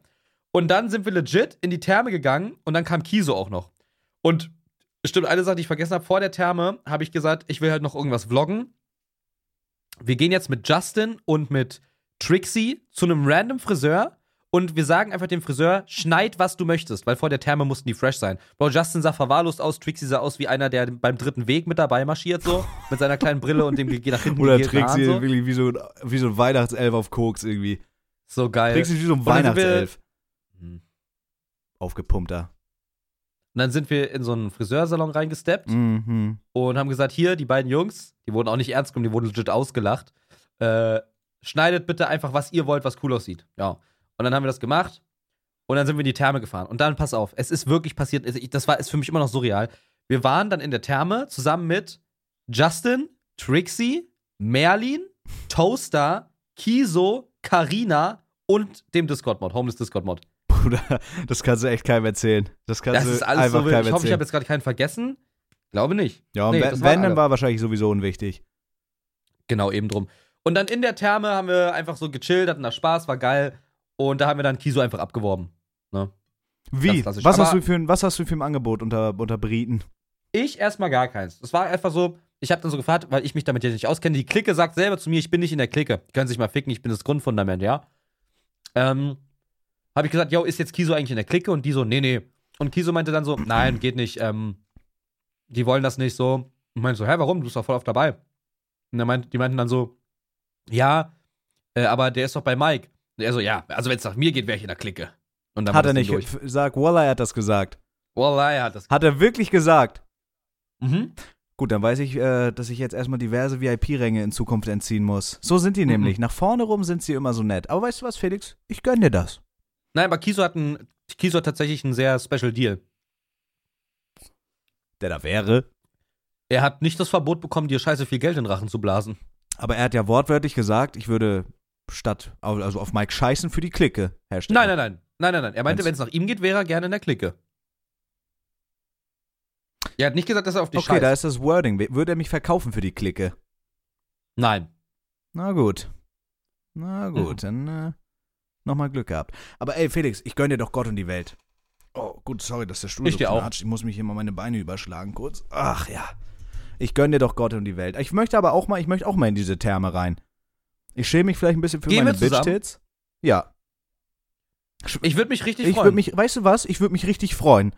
Und dann sind wir legit in die Therme gegangen und dann kam Kiso auch noch. Und stimmt, eine Sache, die ich vergessen habe, vor der Therme habe ich gesagt, ich will halt noch irgendwas vloggen. Wir gehen jetzt mit Justin und mit Trixie zu einem random Friseur und wir sagen einfach dem Friseur, schneid, was du möchtest, weil vor der Therme mussten die fresh sein. Bro, Justin sah verwahrlost aus, Trixie sah aus wie einer, der beim dritten Weg mit dabei marschiert, so, mit seiner kleinen Brille und dem nach hinten
Oder
gegelten
trägt
Haaren,
sie
so.
wirklich wie so, wie so ein Weihnachtself auf Koks irgendwie.
So geil.
Trägt sie wie so ein
Und dann sind wir-
Weihnachtself.
Mhm.
Aufgepumpter.
Und dann sind wir in so einen Friseursalon reingesteppt
Mhm.
und haben gesagt, hier, die beiden Jungs, die wurden auch nicht ernst genommen, die wurden legit ausgelacht. Äh, schneidet bitte einfach, was ihr wollt, was cool aussieht. Ja. Und dann haben wir das gemacht und dann sind wir in die Therme gefahren. Und dann, pass auf, es ist wirklich passiert, es- ich- das war, ist für mich immer noch surreal. Wir waren dann in der Therme zusammen mit Justin, Trixie, Merlin, Toaster, Kiso, Karina und dem Discord-Mod, Homeless Discord-Mod.
Bruder, das kannst du echt keinem erzählen. Das kannst
Das
du
ist alles
Also einfach
so wild.
keinem
Ich hoffe, ich
erzählen.
habe jetzt gerade keinen vergessen. Glaube nicht.
ja, und
Nee,
wenn-
das waren
wenn, dann
alle.
war wahrscheinlich sowieso unwichtig.
Genau, eben drum. Und dann in der Therme haben wir einfach so gechillt, hatten da Spaß, war geil. Und da haben wir dann Kiso einfach abgeworben.
Wie?
Ganz klassisch.
Was hast,
Aber-
du für ein, was hast du für ein Angebot unter, unter Briten?
Ich erstmal gar keins. Das war einfach so, ich habe dann so gefragt, weil ich mich damit jetzt nicht auskenne. Die Clique sagt selber zu mir, ich bin nicht in der Clique. Die können sich mal ficken, ich bin das Grundfundament, ja? Ähm, habe ich gesagt, yo, ist jetzt Kiso eigentlich in der Clique? Und die so, nee, nee. Und Kiso meinte dann so, nein, geht nicht, ähm, die wollen das nicht so. Und meinte so, hä, warum? Du bist doch voll oft dabei. Und dann meint, die meinten dann so, ja, äh, aber der ist doch bei Mike. Und er so, ja, also wenn es nach mir geht, wäre ich in der Clique. Und dann war
Hat er
das Ding
nicht.
Durch.
F- Sag, Wallah, er hat das gesagt.
Wallah, er hat das.
Hat er wirklich gesagt.
Mhm.
Gut, dann weiß ich, äh, dass ich jetzt erstmal diverse VIP-Ränge in Zukunft entziehen muss. So sind die
Mhm.
nämlich. Nach vorne rum sind sie immer so nett. Aber weißt du was, Felix? Ich gönn dir das.
Nein, aber Kiso hat, ein, Kiso hat tatsächlich einen sehr special Deal.
Der da wäre.
Er hat nicht das Verbot bekommen, dir scheiße viel Geld in den Rachen zu blasen.
Aber er hat ja wortwörtlich gesagt, ich würde statt, au- also auf Mike scheißen für die Clique. Hashtag.
Nein, nein, nein. Nein, nein, nein. Er meinte,
Meinst-
wenn es nach ihm geht, wäre er gerne in der Clique. Er hat nicht gesagt, dass er auf dich
Okay,
scheißt.
da ist das Wording. W- Würde er mich verkaufen für die Clique?
Nein.
Na gut. Na gut, dann äh, nochmal Glück gehabt. Aber ey, Felix, ich gönn dir doch Gott und die Welt. Oh, gut, sorry, dass der Stuhl
Ich dir auch.
knatscht. Ich muss mich hier mal meine Beine überschlagen kurz. Ach ja. Ich gönn dir doch Gott und die Welt. Ich möchte aber auch mal, ich möchte auch mal in diese Therme rein. Ich schäme mich vielleicht ein bisschen für
Gehen
meine
wir zusammen?
Bitch-Tits. Ja.
Ich würde mich richtig
Ich würde
freuen.
mich, weißt du was? Ich würde mich richtig freuen.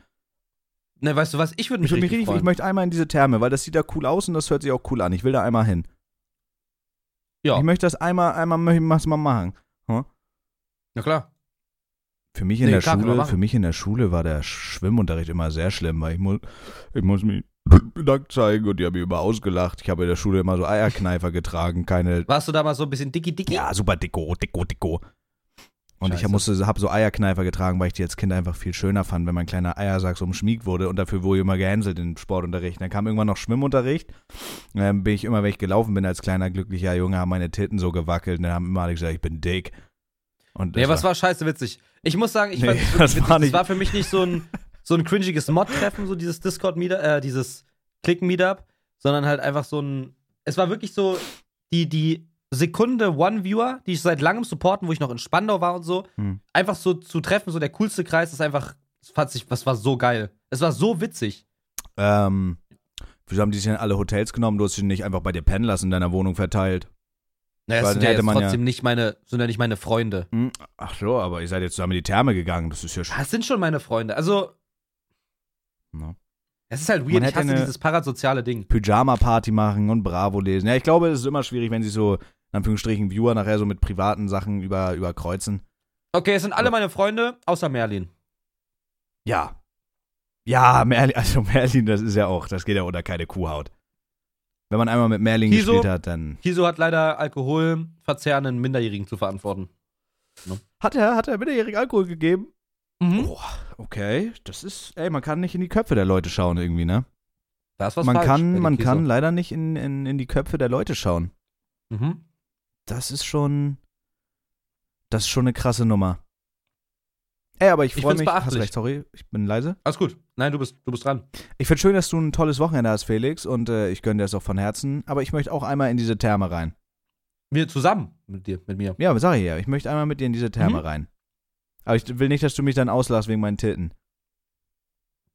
ne, weißt du was? Ich würde mich
Ich würde mich
richtig,
richtig, ich
freuen.
möchte einmal in diese Therme, weil das sieht da cool aus und das hört sich auch cool an. Ich will da einmal hin.
ja,
Ich möchte das einmal, einmal möchte ich das mal machen.
na klar.
Für mich in
Nee,
der
klar, kann man
Schule,
machen.
für mich in der Schule war der Schwimmunterricht immer sehr schlimm, weil ich muss, ich muss mich nackt zeigen und die haben mich immer ausgelacht. Ich habe in der Schule immer so Eierkneifer getragen, keine,
Warst du damals so ein bisschen dicki dicki?
ja super dicko, dicko, dicko. Und ich
Scheiße.
musste, habe so Eierkneifer getragen, weil ich die als Kind einfach viel schöner fand, wenn mein kleiner Eiersack so umschmiegt wurde und dafür wurde ich immer gehänselt im Sportunterricht. Dann kam irgendwann noch Schwimmunterricht. Und dann bin ich immer, wenn ich gelaufen bin als kleiner glücklicher Junge, haben meine Titten so gewackelt und dann haben immer alle gesagt, ich bin dick. Und
Nee,
das
was war scheiße witzig. Ich muss sagen, ich
Nee,
fand's wirklich
das
witzig.
war
das
nicht-
war für mich nicht so ein, so ein cringiges Mod-Treffen, so dieses Discord-Meetup, äh, dieses Click-Meetup, sondern halt einfach so ein. Es war wirklich so die, die Sekunde One-Viewer, die ich seit langem supporten, wo ich noch in Spandau war und so,
Hm.
einfach so zu treffen, so der coolste Kreis ist einfach fand ich, das war so geil. Es war so witzig.
Ähm, wieso haben die sich denn alle Hotels genommen? Du hast sie nicht einfach bei dir pennen lassen in deiner Wohnung verteilt.
Naja, es
Weil
sind
dann
ja
hätte
jetzt
man ja-
trotzdem nicht meine, sind ja nicht meine Freunde.
Hm, Ach so, aber ihr seid jetzt zusammen in die Therme gegangen. Das ist ja schon.
Das sind schon meine Freunde. Also,
Ne?
es ist halt
Man
weird. Ich
hätte
hasse
eine-
dieses parasoziale Ding.
Pyjama-Party machen und Bravo lesen. Ja, ich glaube, es ist immer schwierig, wenn sich so, in Anführungsstrichen, Viewer nachher so mit privaten Sachen über, überkreuzen.
Okay, es sind alle meine Freunde, außer Merlin.
Ja. Ja, Merlin, also Merlin, das ist ja auch, das geht ja unter keine Kuhhaut. Wenn man einmal mit Merlin
Wieso?
gespielt hat, dann.
Kiso hat leider Alkoholverzehr an einen Minderjährigen zu verantworten.
Hat er, hat er minderjährig Alkohol gegeben?
Mhm.
Oh, okay. Das ist, ey, man kann nicht in die Köpfe der Leute schauen irgendwie, ne?
Das was
man
falsch bei
kann,
dem
man
Kiso.
kann leider nicht in, in, in die Köpfe der Leute schauen.
Mhm.
Das ist schon, das ist schon eine krasse Nummer. Ey, aber ich
Ich
freue
find's
mich. Hast
beachtlich.
recht, sorry, ich bin leise.
Alles gut. Nein, du bist, du bist dran.
Ich finde schön, dass du ein tolles Wochenende hast, Felix, und äh, ich gönne dir das auch von Herzen. Aber ich möchte auch einmal in diese Therme rein.
Wir zusammen mit dir, mit mir.
Ja, sag ich ja. Ich möchte einmal mit dir in diese Therme
Mhm.
rein. Aber ich will nicht, dass du mich dann auslachst wegen meinen Titten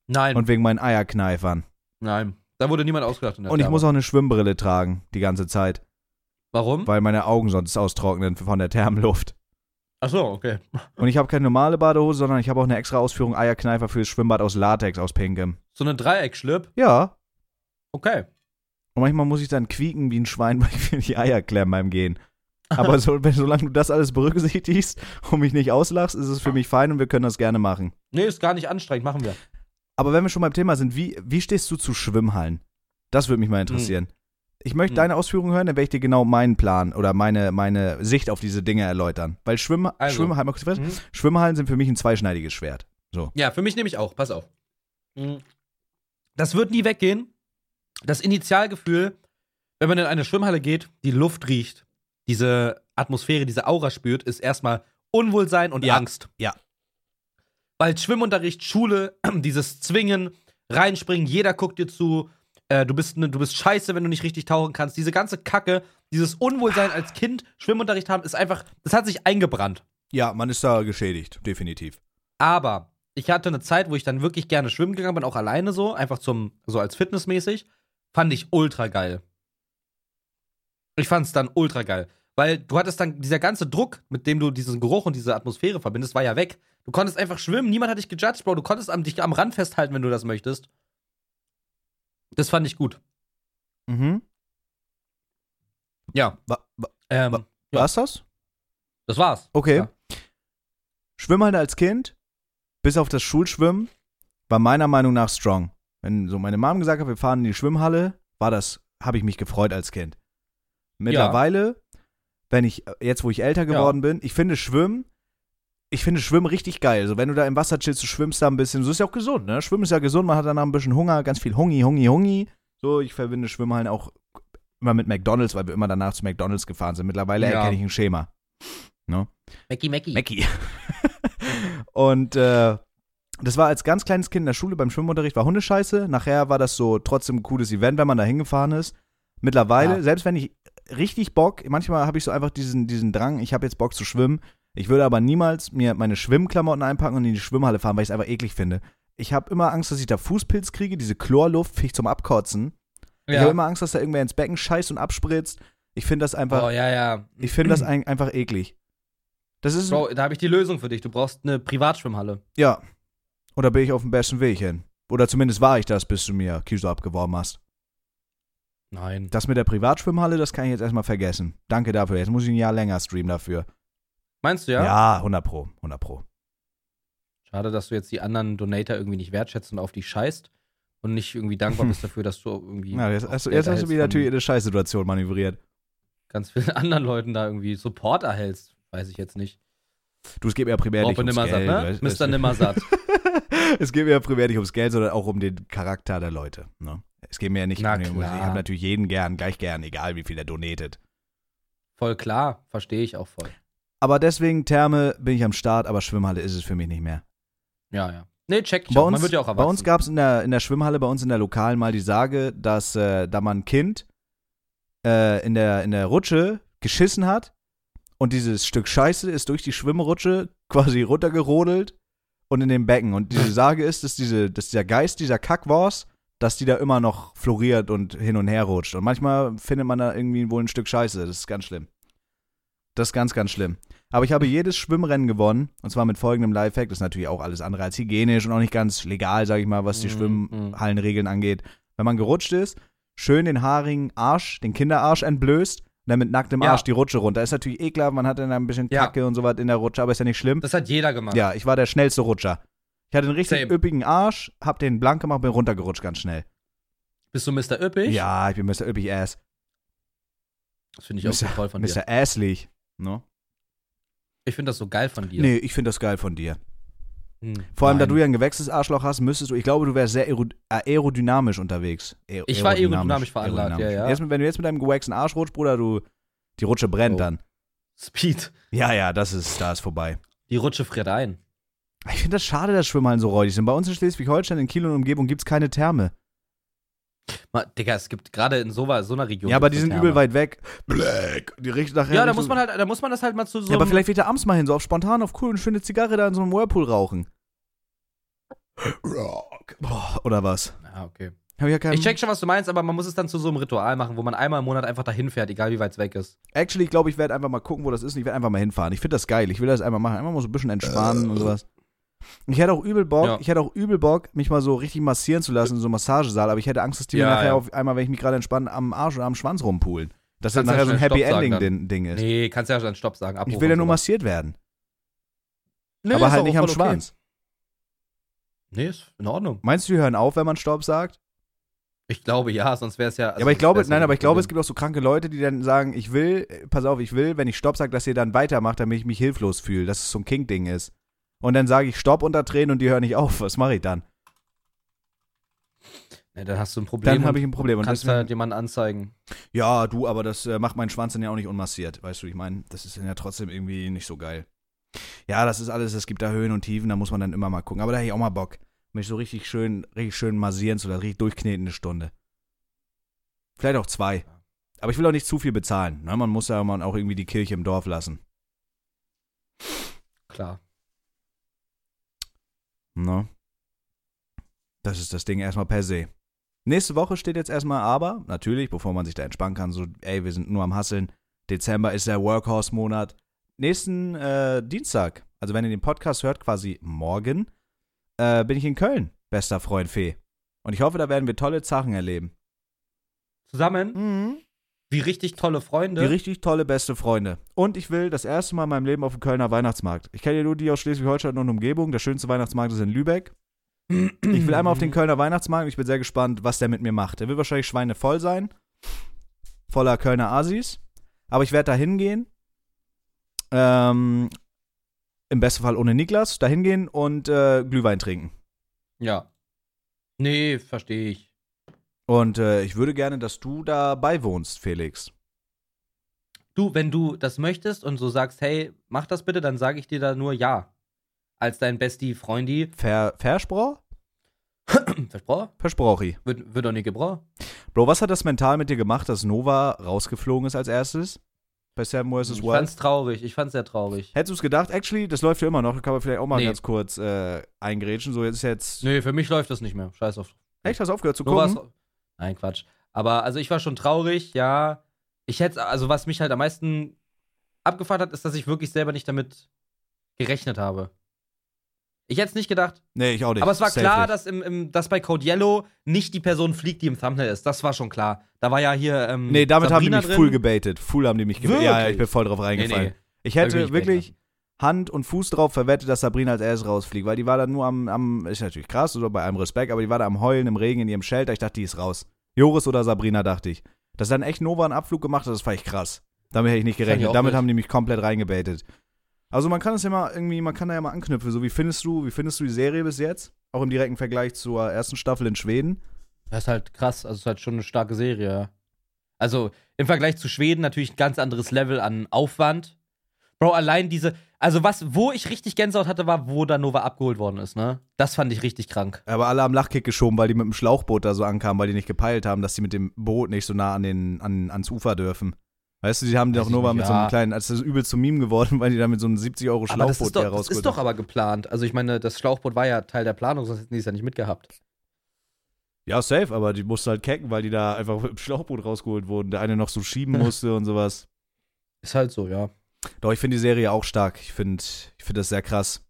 Nein,
und wegen meinen Eierkneifern.
nein. Da wurde niemand ausgedacht. In der
Und ich
Therme.
muss auch eine Schwimmbrille tragen, die ganze Zeit,
Warum?
weil meine Augen sonst austrocknen von der Thermenluft.
Ach so, okay.
Und ich habe keine normale Badehose, sondern ich habe auch eine extra Ausführung Eierkneifer fürs Schwimmbad aus Latex, aus Pinkem.
So eine Dreieckschlip.
Ja.
Okay.
Und manchmal muss ich dann quieken wie ein Schwein, weil ich mir die Eier klemmen beim Gehen. Aber so, wenn, solange du das alles berücksichtigst und mich nicht auslachst, ist es für mich fein und wir können das gerne machen.
Nee, ist gar nicht anstrengend, machen wir.
Aber wenn wir schon beim Thema sind, wie, wie stehst du zu Schwimmhallen? Das würde mich mal interessieren. Ich möchte
Hm.
deine Ausführungen hören, dann werde ich dir genau meinen Plan oder meine, meine Sicht auf diese Dinge erläutern. Weil Schwimm,
Also.
Schwimmhallen, mal kurz fest,
Mhm.
Schwimmhallen sind für mich ein zweischneidiges Schwert.
Ja, für mich nehme ich auch. Pass auf. Mhm. Das wird nie weggehen. Das Initialgefühl, wenn man in eine Schwimmhalle geht, die Luft riecht, diese Atmosphäre, diese Aura spürt, ist erstmal Unwohlsein und
Ja,
Angst.
ja.
Weil Schwimmunterricht, Schule, dieses Zwingen, reinspringen, jeder guckt dir zu, äh, du, bist ne, du bist scheiße, wenn du nicht richtig tauchen kannst. Diese ganze Kacke, dieses Unwohlsein als Kind, Schwimmunterricht haben, ist einfach, es hat sich eingebrannt.
Ja, man ist da geschädigt, definitiv.
Aber ich hatte eine Zeit, wo ich dann wirklich gerne schwimmen gegangen bin, auch alleine so, einfach zum, so als fitnessmäßig. Fand ich ultra geil. Ich fand es dann ultra geil. Weil du hattest dann dieser ganze Druck, mit dem du diesen Geruch und diese Atmosphäre verbindest, war ja weg. Du konntest einfach schwimmen, niemand hat dich gejudged, Bro. Du konntest am, dich am Rand festhalten, wenn du das möchtest. Das fand ich gut.
Mhm.
Ja.
Wa- wa-
Ähm,
wa-
Ja.
War's das?
Das war's.
Okay.
Ja.
Schwimmhallen als Kind, bis auf das Schulschwimmen, war meiner Meinung nach strong. Wenn so meine Mom gesagt hat, wir fahren in die Schwimmhalle, war das, habe ich mich gefreut als Kind. Mittlerweile, wenn ich, äh, jetzt wo ich älter geworden bin, ich finde Schwimmen, ich finde Schwimmen richtig geil. Also wenn du da im Wasser chillst, du schwimmst da ein bisschen, so ist ja auch gesund, ne? Schwimmen ist ja gesund, man hat danach ein bisschen Hunger, ganz viel Hungi, Hungi, Hungi. So, ich verbinde Schwimmhallen auch immer mit McDonalds, weil wir immer danach zu McDonalds gefahren sind. Mittlerweile
Ja.
erkenne ich ein Schema.
Mackie, Mackie.
Mackie. und äh, das war als ganz kleines Kind in der Schule beim Schwimmunterricht, war Hundescheiße. Nachher war das so trotzdem ein cooles Event, wenn man da hingefahren ist. Mittlerweile,
Ja.
selbst wenn ich richtig Bock, manchmal habe ich so einfach diesen, diesen Drang, ich habe jetzt Bock zu schwimmen. Ich würde aber niemals mir meine Schwimmklamotten einpacken und in die Schwimmhalle fahren, weil ich es einfach eklig finde. Ich habe immer Angst, dass ich da Fußpilz kriege, diese Chlorluft ficht zum Abkotzen. Ich habe
Ja.
immer Angst, dass da irgendwer ins Becken scheißt und abspritzt. Ich finde das einfach,
Oh, ja, ja.
ich finde das ein, einfach eklig. Das ist
Bro, da habe ich die Lösung für dich. Du brauchst eine Privatschwimmhalle.
Ja. Oder bin ich auf dem besten Weg hin? Oder zumindest war ich das, bis du mir Kiso abgeworben hast.
Nein.
Das mit der Privatschwimmhalle, das kann ich jetzt erstmal vergessen. Danke dafür. Jetzt muss ich ein Jahr länger streamen dafür.
Meinst du
Ja,
ja?
100 Pro. 100 Pro.
Schade, dass du jetzt die anderen Donator irgendwie nicht wertschätzt und auf dich scheißt und nicht irgendwie dankbar bist dafür, dass du irgendwie
Ja, jetzt hast, du-
Geld
jetzt hast du
erhältst
mir natürlich
von
eine Scheißsituation manövriert.
ganz vielen anderen Leuten da irgendwie Support erhältst. Weiß ich jetzt nicht.
Du, es geht mir ja primär nicht
Robin
ums
Nimmersatt,
Geld.
ne?
weißt
Mr.
du?
Nimmersatt.
es geht mir ja primär nicht ums Geld, sondern auch um den Charakter der Leute. Ne? Es geht mir ja nicht
Na
um den, Ich
klar.
habe natürlich jeden gern, gleich gern, egal wie viel er donetet.
voll klar, verstehe ich auch voll.
Aber deswegen, Therme bin ich am Start, aber Schwimmhalle ist es für mich nicht mehr.
Ja, ja. Nee, check, check.
Bei uns,
Man wird ja auch
bei
erwachsen.
uns gab es in der, in der Schwimmhalle, bei uns in der Lokalen mal die Sage, dass äh, da mal ein Kind äh, in, der, in der Rutsche geschissen hat und dieses Stück Scheiße ist durch die Schwimmrutsche quasi runtergerodelt und in dem Becken. Und diese Sage ist, dass, diese, dass dieser Geist dieser Kackwars, dass die da immer noch floriert und hin und her rutscht. Und manchmal findet man da irgendwie wohl ein Stück Scheiße. Das ist ganz schlimm. Das ist ganz, ganz schlimm. Aber ich habe jedes Schwimmrennen gewonnen. Und zwar mit folgendem Lifehack. Das ist natürlich auch alles andere als hygienisch und auch nicht ganz legal, sage ich mal, was die
Mhm,
Schwimmhallenregeln angeht. Wenn man gerutscht ist, schön den haarigen Arsch, den Kinderarsch entblößt. Und dann mit nacktem
Ja.
Arsch die Rutsche runter. Ist natürlich ekelhaft, man hat dann ein bisschen
Ja.
Kacke und so was in der Rutsche, aber ist ja nicht schlimm.
Das hat jeder gemacht.
Ja, ich war der schnellste Rutscher. Ich hatte einen richtig
Same.
üppigen Arsch, hab den blank gemacht, bin runtergerutscht ganz schnell.
Bist du Mr. Üppig?
Ja, ich bin Mr. Üppig Ass.
Das finde ich auch so toll von dir.
Mr. Asslich. Ne?
Ich finde das so geil von dir.
Nee, ich finde das geil von dir.
Hm.
Vor allem, da
Nein.
du ja ein gewächstes Arschloch hast, müsstest du, ich glaube, du wärst sehr aero- äh, aerodynamisch unterwegs. Aer-
Ich war aerodynamisch veranlagt, ja, ja.
Jetzt, mit- wenn du jetzt mit deinem gewächsten Arsch rutschst, Bruder, du, die Rutsche brennt
Oh.
dann.
Speed.
Ja, ja, das ist, da ist vorbei.
Die Rutsche friert ein.
Ich finde das schade, dass Schwimmhallen so räudig sind. Bei uns in Schleswig-Holstein, in Kiel und Umgebung gibt es keine Therme.
Ma, Digga, es gibt gerade in so, so einer Region.
ja, aber die
gibt's
sind
eine
übel
Therme.
weit weg. Black. Die riecht nachher
Ja, da
Richtung-
muss man halt, da muss man das halt mal zu so.
Ja, aber
einem-
vielleicht wird er abends mal hin, so auf spontan, auf cool und schöne Zigarre da in so einem Whirlpool rauchen. Rock. Boah, oder was?
Ah, okay.
Hab ich ja keinen.
Ich check schon, was du meinst, aber man muss es dann zu so einem Ritual machen, wo man einmal im Monat einfach dahin fährt, egal wie weit es weg ist.
Actually, ich glaube, ich werde einfach mal gucken, wo das ist und ich werde einfach mal hinfahren. Ich finde das geil. Ich will das einfach machen. Einfach mal so ein bisschen entspannen und sowas. Ich hätte auch übel Bock,
Ja.
ich hätte auch übel Bock, mich mal so richtig massieren zu lassen in so einem Massagesaal, aber ich hätte Angst, dass die mir
Ja,
nachher
ja.
auf einmal, wenn ich mich gerade entspanne, am Arsch oder am Schwanz rumpulen. Dass das
Kannst
nachher so ein
ja schnell
Happy
Stopp sagen
Ending Ding- Ding ist.
Nee, kannst ja schon Stopp sagen. Abruf
ich will ja
und
nur
sowas.
massiert werden,
Nee,
aber
ist
halt
auch
nicht am
voll okay.
Schwanz.
Nee, ist in Ordnung.
Meinst du, die hören auf, wenn man Stopp sagt?
Ich glaube ja, sonst wäre es ja.
Ja, aber ich glaube, nein, aber ich glaube, es
gibt.
gibt auch so kranke Leute, die dann sagen, ich will, äh, pass auf, ich will, wenn ich Stopp sage, dass ihr dann weitermacht, damit ich mich hilflos fühle, dass es so ein King-Ding ist. Und dann sage ich Stopp unter Tränen und die hören nicht auf. Was mache ich dann?
Nee, dann hast du ein Problem.
Dann habe
und
ich ein Problem. Und
kannst
deswegen-
halt jemanden anzeigen.
ja, du, aber das äh, macht meinen Schwanz dann ja auch nicht unmassiert. Weißt du, ich meine, das ist dann ja trotzdem irgendwie nicht so geil. Ja, das ist alles, es gibt da Höhen und Tiefen, da muss man dann immer mal gucken. Aber da hätte ich auch mal Bock, mich so richtig schön, richtig schön massieren zu lassen, richtig durchkneten eine Stunde. Vielleicht auch zwei. Aber ich will auch nicht zu viel bezahlen. Ne? Man muss ja man auch irgendwie die Kirche im Dorf lassen.
Klar.
Ne? Das ist das Ding erstmal per se. Nächste Woche steht jetzt erstmal aber, natürlich, bevor man sich da entspannen kann, so, ey, wir sind nur am Hasseln. Dezember ist der Workhorse-Monat. Nächsten äh, Dienstag, also wenn ihr den Podcast hört, quasi morgen, äh, bin ich in Köln, bester Freund Fee. Und ich hoffe, da werden wir tolle Sachen erleben.
Zusammen, wie richtig tolle
Hm. Die
Freunde.
richtig tolle beste Freunde. Und ich will das erste Mal in meinem Leben auf dem Kölner Weihnachtsmarkt. Ich kenne ja nur die aus Schleswig-Holstein und Umgebung. Der schönste Weihnachtsmarkt ist in Lübeck. Ich will einmal auf den Kölner Weihnachtsmarkt und ich bin sehr gespannt, was der mit mir macht. Der wird wahrscheinlich schweinevoll sein. Voller Kölner Asis. Aber ich werde da hingehen. Ähm, Im besten Fall ohne Niklas. Da hingehen und äh, Glühwein trinken.
Ja. Nee, verstehe ich.
Und äh, ich würde gerne, dass du dabei wohnst, Felix.
Du, wenn du das möchtest und so sagst, hey, mach das bitte, dann sage ich dir da nur ja. Als dein Bestie, Freundi,
Ver Versproch?
versprochen,
Versprochi.
wird, wird doch nie gebraucht.
Bro, was hat das mental mit dir gemacht, dass Nova rausgeflogen ist als erstes? Bei Sam vs.
Ich
World?
fand's traurig, ich fand's sehr traurig.
Hättest du es gedacht? Actually, das läuft ja immer noch. Da kann man vielleicht auch mal
Nee.
ganz kurz äh, eingrätschen. So, jetzt ist jetzt.
Nee, für mich läuft das nicht mehr. Scheiß auf.
Echt, hast du aufgehört zu
Nur
gucken?
war's- Nein, Quatsch. Aber also ich war schon traurig, ja. Ich hätte, also was mich halt am meisten abgefuckt hat, ist, dass ich wirklich selber nicht damit gerechnet habe. Ich hätte es nicht gedacht.
Nee, ich auch nicht.
aber es war
Safe
klar,
nicht.
dass, im, im, dass bei Code Yellow nicht die Person fliegt, die im Thumbnail ist. Das war schon klar. Da war ja hier. Ähm,
Nee, damit
Sabrina
haben die mich
drin.
full gebaitet. Full haben die mich gebaitet. Ja, ja, ich
Wirklich?
bin voll drauf
Nee,
reingefallen.
nee.
Ich
Da bin
hätte
ich
wirklich
bei
Hand und Fuß drauf verwettet, dass Sabrina als erstes rausfliegt, weil die war dann nur am, am ist natürlich krass, oder bei allem Respekt, aber die war da am Heulen im Regen in ihrem Shelter. Ich dachte, die ist raus. Joris oder Sabrina, dachte ich. Dass dann echt Nova einen Abflug gemacht hat, das fand ich krass. Damit hätte ich nicht
ich
gerechnet.
auch
damit
nicht.
haben die mich komplett reingebaitet. Also man kann es ja mal irgendwie, man kann da ja mal anknüpfen. So, wie findest du, wie findest du die Serie bis jetzt? Auch im direkten Vergleich zur ersten Staffel in Schweden.
Das ist halt krass. Also, es ist halt schon eine starke Serie. ja. Also, im Vergleich zu Schweden natürlich ein ganz anderes Level an Aufwand. Bro, allein diese. Also, was, wo ich richtig Gänsehaut hatte, war, wo Danova abgeholt worden ist, ne? Das fand ich richtig krank.
Aber alle haben Lachkick geschoben, weil die mit dem Schlauchboot da so ankamen, weil die nicht gepeilt haben, dass die mit dem Boot nicht so nah an den, an, ans Ufer dürfen. Weißt du, die haben
Weiß
doch
ich
Nova
nicht,
mit so einem
ja.
kleinen, als das ist übel zum Meme geworden, weil die da mit so einem 70 Euro
Aber das
Schlauchboot
ist,
da
doch, das ist
rausgeholt
doch
haben.
aber geplant. Also ich meine, das Schlauchboot war ja Teil der Planung, sonst hätten die es ja nicht mitgehabt.
Ja, safe, aber die mussten halt kecken, weil die da einfach im Schlauchboot rausgeholt wurden. Der eine noch so schieben musste und sowas.
Ist halt so, ja.
Doch, ich finde die Serie auch stark. Ich finde ich find das sehr krass.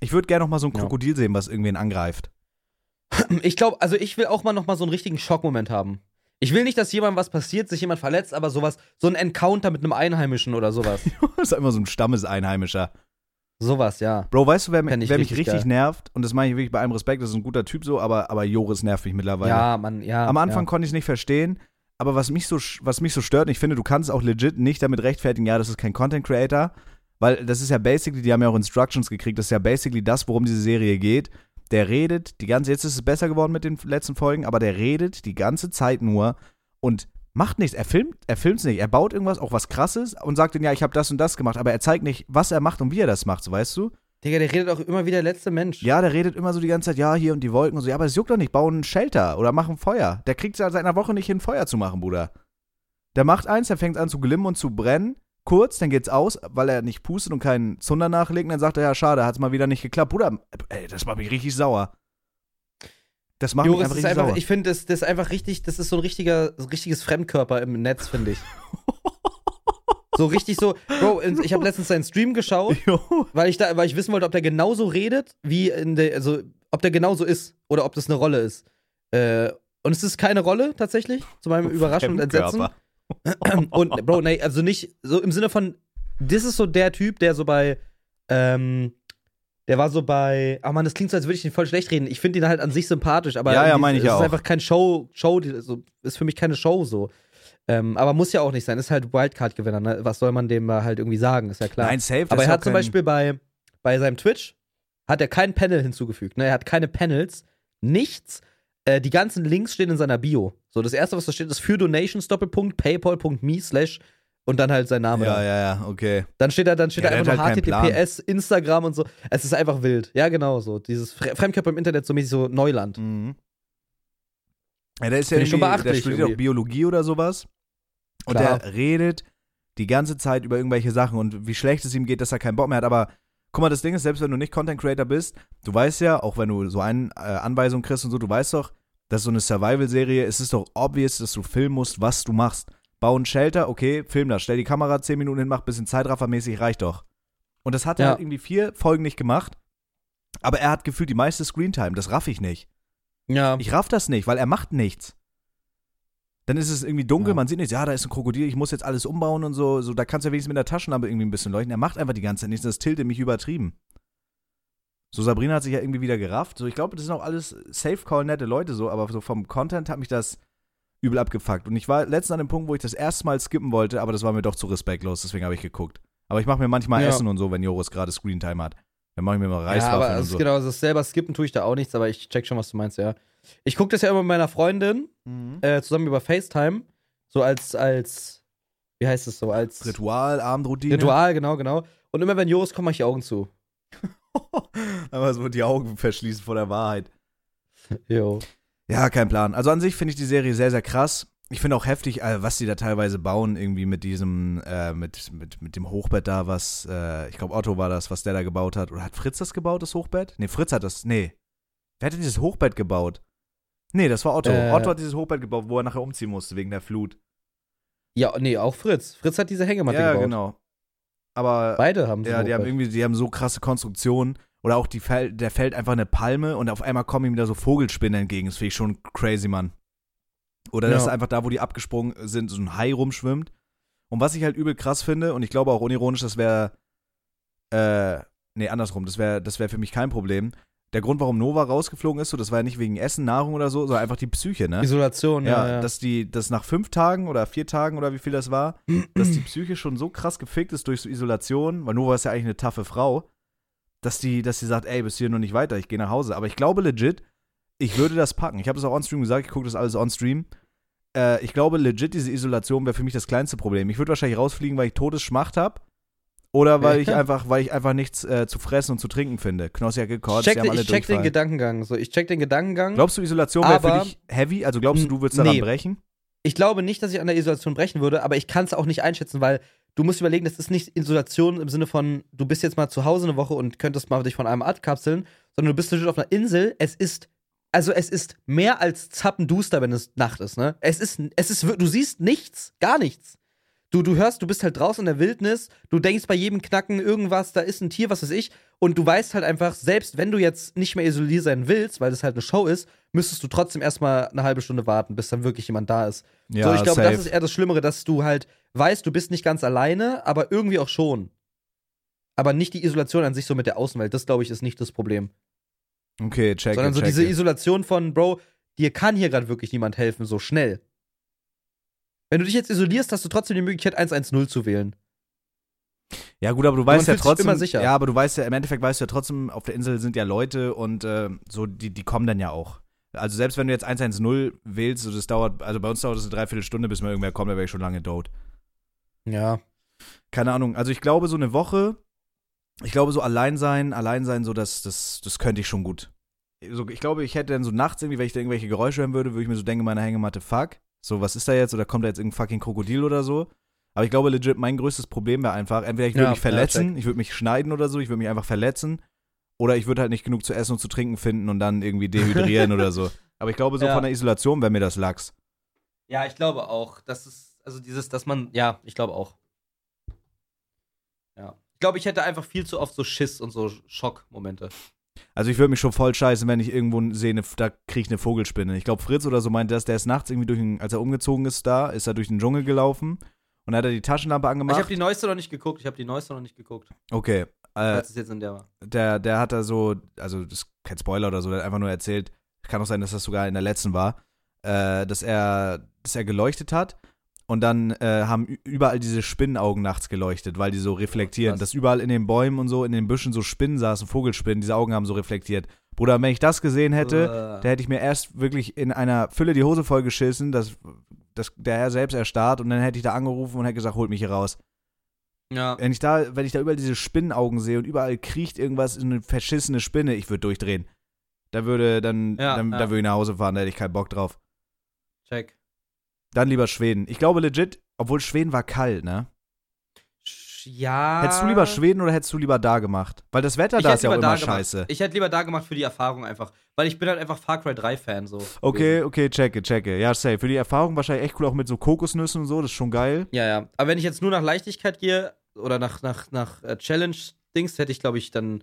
Ich würde gerne noch mal so ein
Ja.
Krokodil sehen, was irgendwen angreift.
Ich glaube, also ich will auch mal noch mal so einen richtigen Schockmoment haben. Ich will nicht, dass jemandem was passiert, sich jemand verletzt, aber sowas, so ein Encounter mit einem Einheimischen oder sowas.
das ist einfach so ein Stammeseinheimischer.
sowas, ja.
Bro, weißt du, wer,
Fänd ich
wer mich
richtig
richtig
geil.
nervt? Und das meine ich wirklich bei allem Respekt, das ist ein guter Typ so, aber, aber Joris nervt mich mittlerweile.
ja, man, ja.
Am Anfang
ja.
konnte ich es nicht verstehen, aber was mich so, sch- was mich so stört, und ich finde, du kannst auch legit nicht damit rechtfertigen, ja, das ist kein Content Creator, weil das ist ja basically, die haben ja auch Instructions gekriegt, das ist ja basically das, worum diese Serie geht. Der redet die ganze, jetzt ist es besser geworden mit den letzten Folgen, aber der redet die ganze Zeit nur und macht nichts. Er filmt, er filmt's nicht. Er baut irgendwas, auch was krasses und sagt dann, ja, ich habe das und das gemacht, aber er zeigt nicht, was er macht und wie er das macht, so weißt du?
Digga, der redet auch immer wie der letzte Mensch.
Ja, der redet immer so die ganze Zeit, ja, hier und die Wolken und so. Ja, aber es juckt doch nicht, bauen ein Shelter oder machen Feuer. Der kriegt seit einer Woche nicht hin, Feuer zu machen, Bruder. Der macht eins, der fängt an zu glimmen und zu brennen. Kurz, dann geht's aus, weil er nicht pustet und keinen Zunder nachlegt. Und dann sagt er, ja, schade, hat's mal wieder nicht geklappt. Bruder, ey, das macht mich richtig sauer. Das macht mich
Joris
einfach
ist
richtig
einfach,
sauer.
ich finde, das, das ist einfach richtig, das ist so ein richtiger, so ein richtiges Fremdkörper im Netz, finde ich. So richtig so, Bro, in- ich habe letztens seinen Stream geschaut,
Jo.
weil ich da, weil ich wissen wollte, ob der genauso redet, wie in der, also ob der genauso ist oder ob das eine Rolle ist. Äh, und es ist keine Rolle tatsächlich, zu meinem Überraschen und Entsetzen.
Fremdkörper.
Und Bro, nee, also nicht so im Sinne von, das ist so der Typ, der so bei, ähm, der war so bei, ah man, das klingt so, als würde ich ihn voll schlecht reden. Ich finde ihn halt an sich sympathisch, aber
Ja, ja,
irgendwie-
meine ich
es
ja
ist
auch.
einfach kein Show, Show, die- so, ist für mich keine Show so. Ähm, aber muss ja auch nicht sein, ist halt Wildcard-Gewinner, ne? Was soll man dem da halt irgendwie sagen, ist ja klar.
Nein, safe. das
aber
ist
er
auch
hat zum
kein-
Beispiel bei, bei seinem Twitch, hat er kein Panel hinzugefügt, ne? Er hat keine Panels, nichts. Äh, die ganzen Links stehen in seiner Bio. So, das erste, was da steht, ist für Donations, Doppelpunkt, paypal.me slash und dann halt sein Name.
Ja, ja, ja, okay.
Dann steht da, dann steht
Ja,
da
der
einfach
hat halt
nur
keinen
HTTPS, Instagram und so. Es ist einfach wild. Ja, genau so. Dieses Fre Fremdkörper im Internet, so mäßig so Neuland.
Mhm. Ja, der ist ja
Finde ich
irgendwie-
schon
Der
beachtlich
studiert auch
irgendwie.
Biologie oder sowas. Und
Klar.
der redet die ganze Zeit über irgendwelche Sachen und wie schlecht es ihm geht, dass er keinen Bock mehr hat. Aber guck mal, das Ding ist, selbst wenn du nicht Content Creator bist, du weißt ja, auch wenn du so eine äh, Anweisung kriegst und so, du weißt doch, dass so eine Survival-Serie, es ist doch obvious, dass du filmen musst, was du machst. Bau ein Shelter, okay, film das. Stell die Kamera 10 Minuten hin, mach ein bisschen Zeitraffermäßig, reicht doch. Und das hat er
Ja.
halt irgendwie vier Folgen nicht gemacht. Aber er hat gefühlt die meiste Screentime, das raff ich nicht.
Ja.
Ich raff das nicht, weil er macht nichts. Dann ist es irgendwie dunkel,
Ja.
man sieht nichts, ja, da ist ein Krokodil, ich muss jetzt alles umbauen und so, so da kannst du ja wenigstens mit der Taschenlampe irgendwie ein bisschen leuchten. Er macht einfach die ganze Zeit nichts, das tiltet mich übertrieben. So, Sabrina hat sich ja irgendwie wieder gerafft. So, ich glaube, das sind auch alles Safe Call nette Leute so, aber so vom Content hat mich das übel abgefuckt. Und ich war letztens an dem Punkt, wo ich das erste Mal skippen wollte, aber das war mir doch zu respektlos, deswegen habe ich geguckt. Aber ich mache mir manchmal
Ja.
Essen und so, wenn Joris gerade Screentime hat. Dann mache ich mir mal
ja,
Reiswaffeln
aber
und
also,
so.
genau, das selber skippen tue ich da auch nichts, aber ich check schon, was du meinst, ja. Ich gucke das ja immer mit meiner Freundin
Mhm.
äh, zusammen über FaceTime. So als, als, wie heißt es so, als
Ritual, Abendroutine.
Ritual, genau, genau. Und immer wenn Joris kommt, mache ich die Augen zu.
Aber so die Augen verschließen vor der Wahrheit.
Jo.
Ja, kein Plan. Also an sich finde ich die Serie sehr, sehr krass. Ich finde auch heftig, äh, was die da teilweise bauen, irgendwie mit diesem, äh, mit, mit, mit dem Hochbett da, was, äh, ich glaube Otto war das, was der da gebaut hat. Oder hat Fritz das gebaut, das Hochbett? Nee, Fritz hat das, nee. Wer hat denn dieses Hochbett gebaut? Nee, das war Otto.
Äh.
Otto hat dieses Hochbett gebaut, wo er nachher umziehen musste, wegen der Flut.
Ja, nee, auch Fritz. Fritz hat diese Hängematte
ja,
gebaut.
genau. Aber
Beide haben sie
Ja, die haben
hochgebaut.
irgendwie, die haben so krasse Konstruktionen. Oder auch die Fel der fällt einfach eine Palme und auf einmal kommen ihm da so Vogelspinnen entgegen. Das finde ich schon crazy, Mann. Oder das
Ja.
ist einfach da, wo die abgesprungen sind, so ein Hai rumschwimmt. Und was ich halt übel krass finde, und ich glaube auch unironisch, das wäre, äh, nee, andersrum, das wäre das wär für mich kein Problem. Der Grund, warum Nova rausgeflogen ist, so, das war ja nicht wegen Essen, Nahrung oder so, sondern einfach die Psyche, ne?
Isolation, ja.
Ja,
ja.
dass die, dass nach fünf Tagen oder vier Tagen oder wie viel das war, dass die Psyche schon so krass gefickt ist durch so Isolation, weil Nova ist ja eigentlich eine taffe Frau, dass die, dass sie sagt, ey, bis hier nur nicht weiter, ich gehe nach Hause. Aber ich glaube legit, ich würde das packen. Ich habe es auch on Stream gesagt, ich gucke das alles on Stream. Äh, ich glaube legit, diese Isolation wäre für mich das kleinste Problem. Ich würde wahrscheinlich rausfliegen, weil ich Todesschmacht habe. Oder weil ich
Ja.
einfach, weil ich einfach nichts äh, zu fressen und zu trinken finde. Knosjacke,
ich
Kords, die
check,
haben
den-
alle
ich check den
durchfallen.
Gedankengang. So, ich check den Gedankengang.
Glaubst du, Isolation wäre für
Aber-
dich heavy? Also glaubst du, du würdest daran
Nee.
brechen?
ich glaube nicht, dass ich an der Isolation brechen würde, aber ich kann es auch nicht einschätzen, weil du musst überlegen, das ist nicht Isolation im Sinne von, du bist jetzt mal zu Hause eine Woche und könntest mal dich von einem abkapseln, sondern du bist legit auf einer Insel. Es ist, also es ist mehr als zappenduster, wenn es Nacht ist, ne? Es ist, es ist, wir- du siehst nichts, gar nichts. Du, du hörst, du bist halt draußen in der Wildnis, du denkst bei jedem Knacken irgendwas, da ist ein Tier, was weiß ich, und du weißt halt einfach, selbst wenn du jetzt nicht mehr isoliert sein willst, weil das halt eine Show ist, müsstest du trotzdem erstmal eine halbe Stunde warten, bis dann wirklich jemand da ist.
Ja,
so, ich glaube,
safe.
das ist eher das Schlimmere, dass du halt weißt, du bist nicht ganz alleine, aber irgendwie auch schon. Aber nicht die Isolation an sich so mit der Außenwelt, das glaube ich ist nicht das Problem.
okay, check.
sondern so
check
diese Isolation von, Bro, dir kann hier gerade wirklich niemand helfen, so schnell. Wenn du dich jetzt isolierst, hast du trotzdem die Möglichkeit, 110 zu wählen.
Ja, gut, aber du
Man
weißt ja
fühlt sich
trotzdem.
immer sicher.
Ja, aber du weißt ja, im Endeffekt weißt du ja trotzdem, auf der Insel sind ja Leute und äh, so, die, die kommen dann ja auch. Also selbst wenn du jetzt 110 wählst, so das dauert, also bei uns dauert es eine Dreiviertelstunde, bis mal irgendwer kommt, da wäre ich schon lange tot.
Ja.
Keine Ahnung. Also ich glaube, so eine Woche, ich glaube, so allein sein, allein sein, so das, das, das könnte ich schon gut. So, ich glaube, ich hätte dann so nachts irgendwie, wenn ich da irgendwelche Geräusche hören würde, würde ich mir so denken, in meiner Hängematte, fuck. So, was ist da jetzt? Oder kommt da jetzt irgendein fucking Krokodil oder so? Aber ich glaube, legit, mein größtes Problem wäre einfach, entweder ich würde
Ja,
mich
ja,
verletzen, ich würde mich schneiden oder so, ich würde mich einfach verletzen. Oder ich würde halt nicht genug zu essen und zu trinken finden und dann irgendwie dehydrieren oder so. Aber ich glaube, so
Ja.
von der Isolation wäre mir das Lachs.
Ja, ich glaube auch. Das ist, also dieses, dass man, ja, ich glaube auch. Ja. Ich glaube, ich hätte einfach viel zu oft so Schiss und so Schockmomente.
Also ich würde mich schon voll scheißen, wenn ich irgendwo sehe, ne, da kriege ich eine Vogelspinne. Ich glaube, Fritz oder so meint das, der ist nachts irgendwie durch den, als er umgezogen ist da, ist er durch den Dschungel gelaufen und hat er die Taschenlampe
Ich
angemacht.
habe die neueste noch nicht geguckt. Ich habe die neueste noch nicht geguckt.
okay. Äh,
Als es jetzt in der war.
der, der hat da so, also das ist kein Spoiler oder so, der hat einfach nur erzählt, kann auch sein, dass das sogar in der letzten war, äh, dass er, dass er geleuchtet hat und dann äh, haben ü- überall diese Spinnenaugen nachts geleuchtet, weil die so reflektieren,
krass.
dass überall in den Bäumen und so, in den Büschen so Spinnen saßen, Vogelspinnen, diese Augen haben so reflektiert. Bruder, wenn ich das gesehen hätte,
Uah.
da hätte ich mir erst wirklich in einer Fülle die Hose voll geschissen, dass, dass der Herr selbst erstarrt und dann hätte ich da angerufen und hätte gesagt, holt mich hier raus.
ja.
Wenn ich da, wenn ich da überall diese Spinnenaugen sehe und überall kriecht irgendwas in eine verschissene Spinne, ich würde durchdrehen. Da würde dann,
Ja,
dann,
ja.
da würde ich nach Hause fahren, da hätte ich keinen Bock drauf.
Check.
Dann lieber Schweden. Ich glaube legit, obwohl Schweden war kalt, ne?
Sch- Ja.
Hättest du lieber Schweden oder hättest du lieber da gemacht? Weil das Wetter da
Ah. hätte
ist ja auch
lieber
immer
da
scheiße.
Gemacht. Ich hätte lieber da gemacht für die Erfahrung einfach. Weil ich bin halt einfach Far Cry 3 Fan so.
Okay, okay, checke, checke. Ja, safe. Für die Erfahrung wahrscheinlich echt cool, auch mit so Kokosnüssen und so, das ist schon geil.
Ja, ja. Aber wenn ich jetzt nur nach Leichtigkeit gehe oder nach, nach, nach äh, Challenge-Dings, hätte ich, glaube ich, dann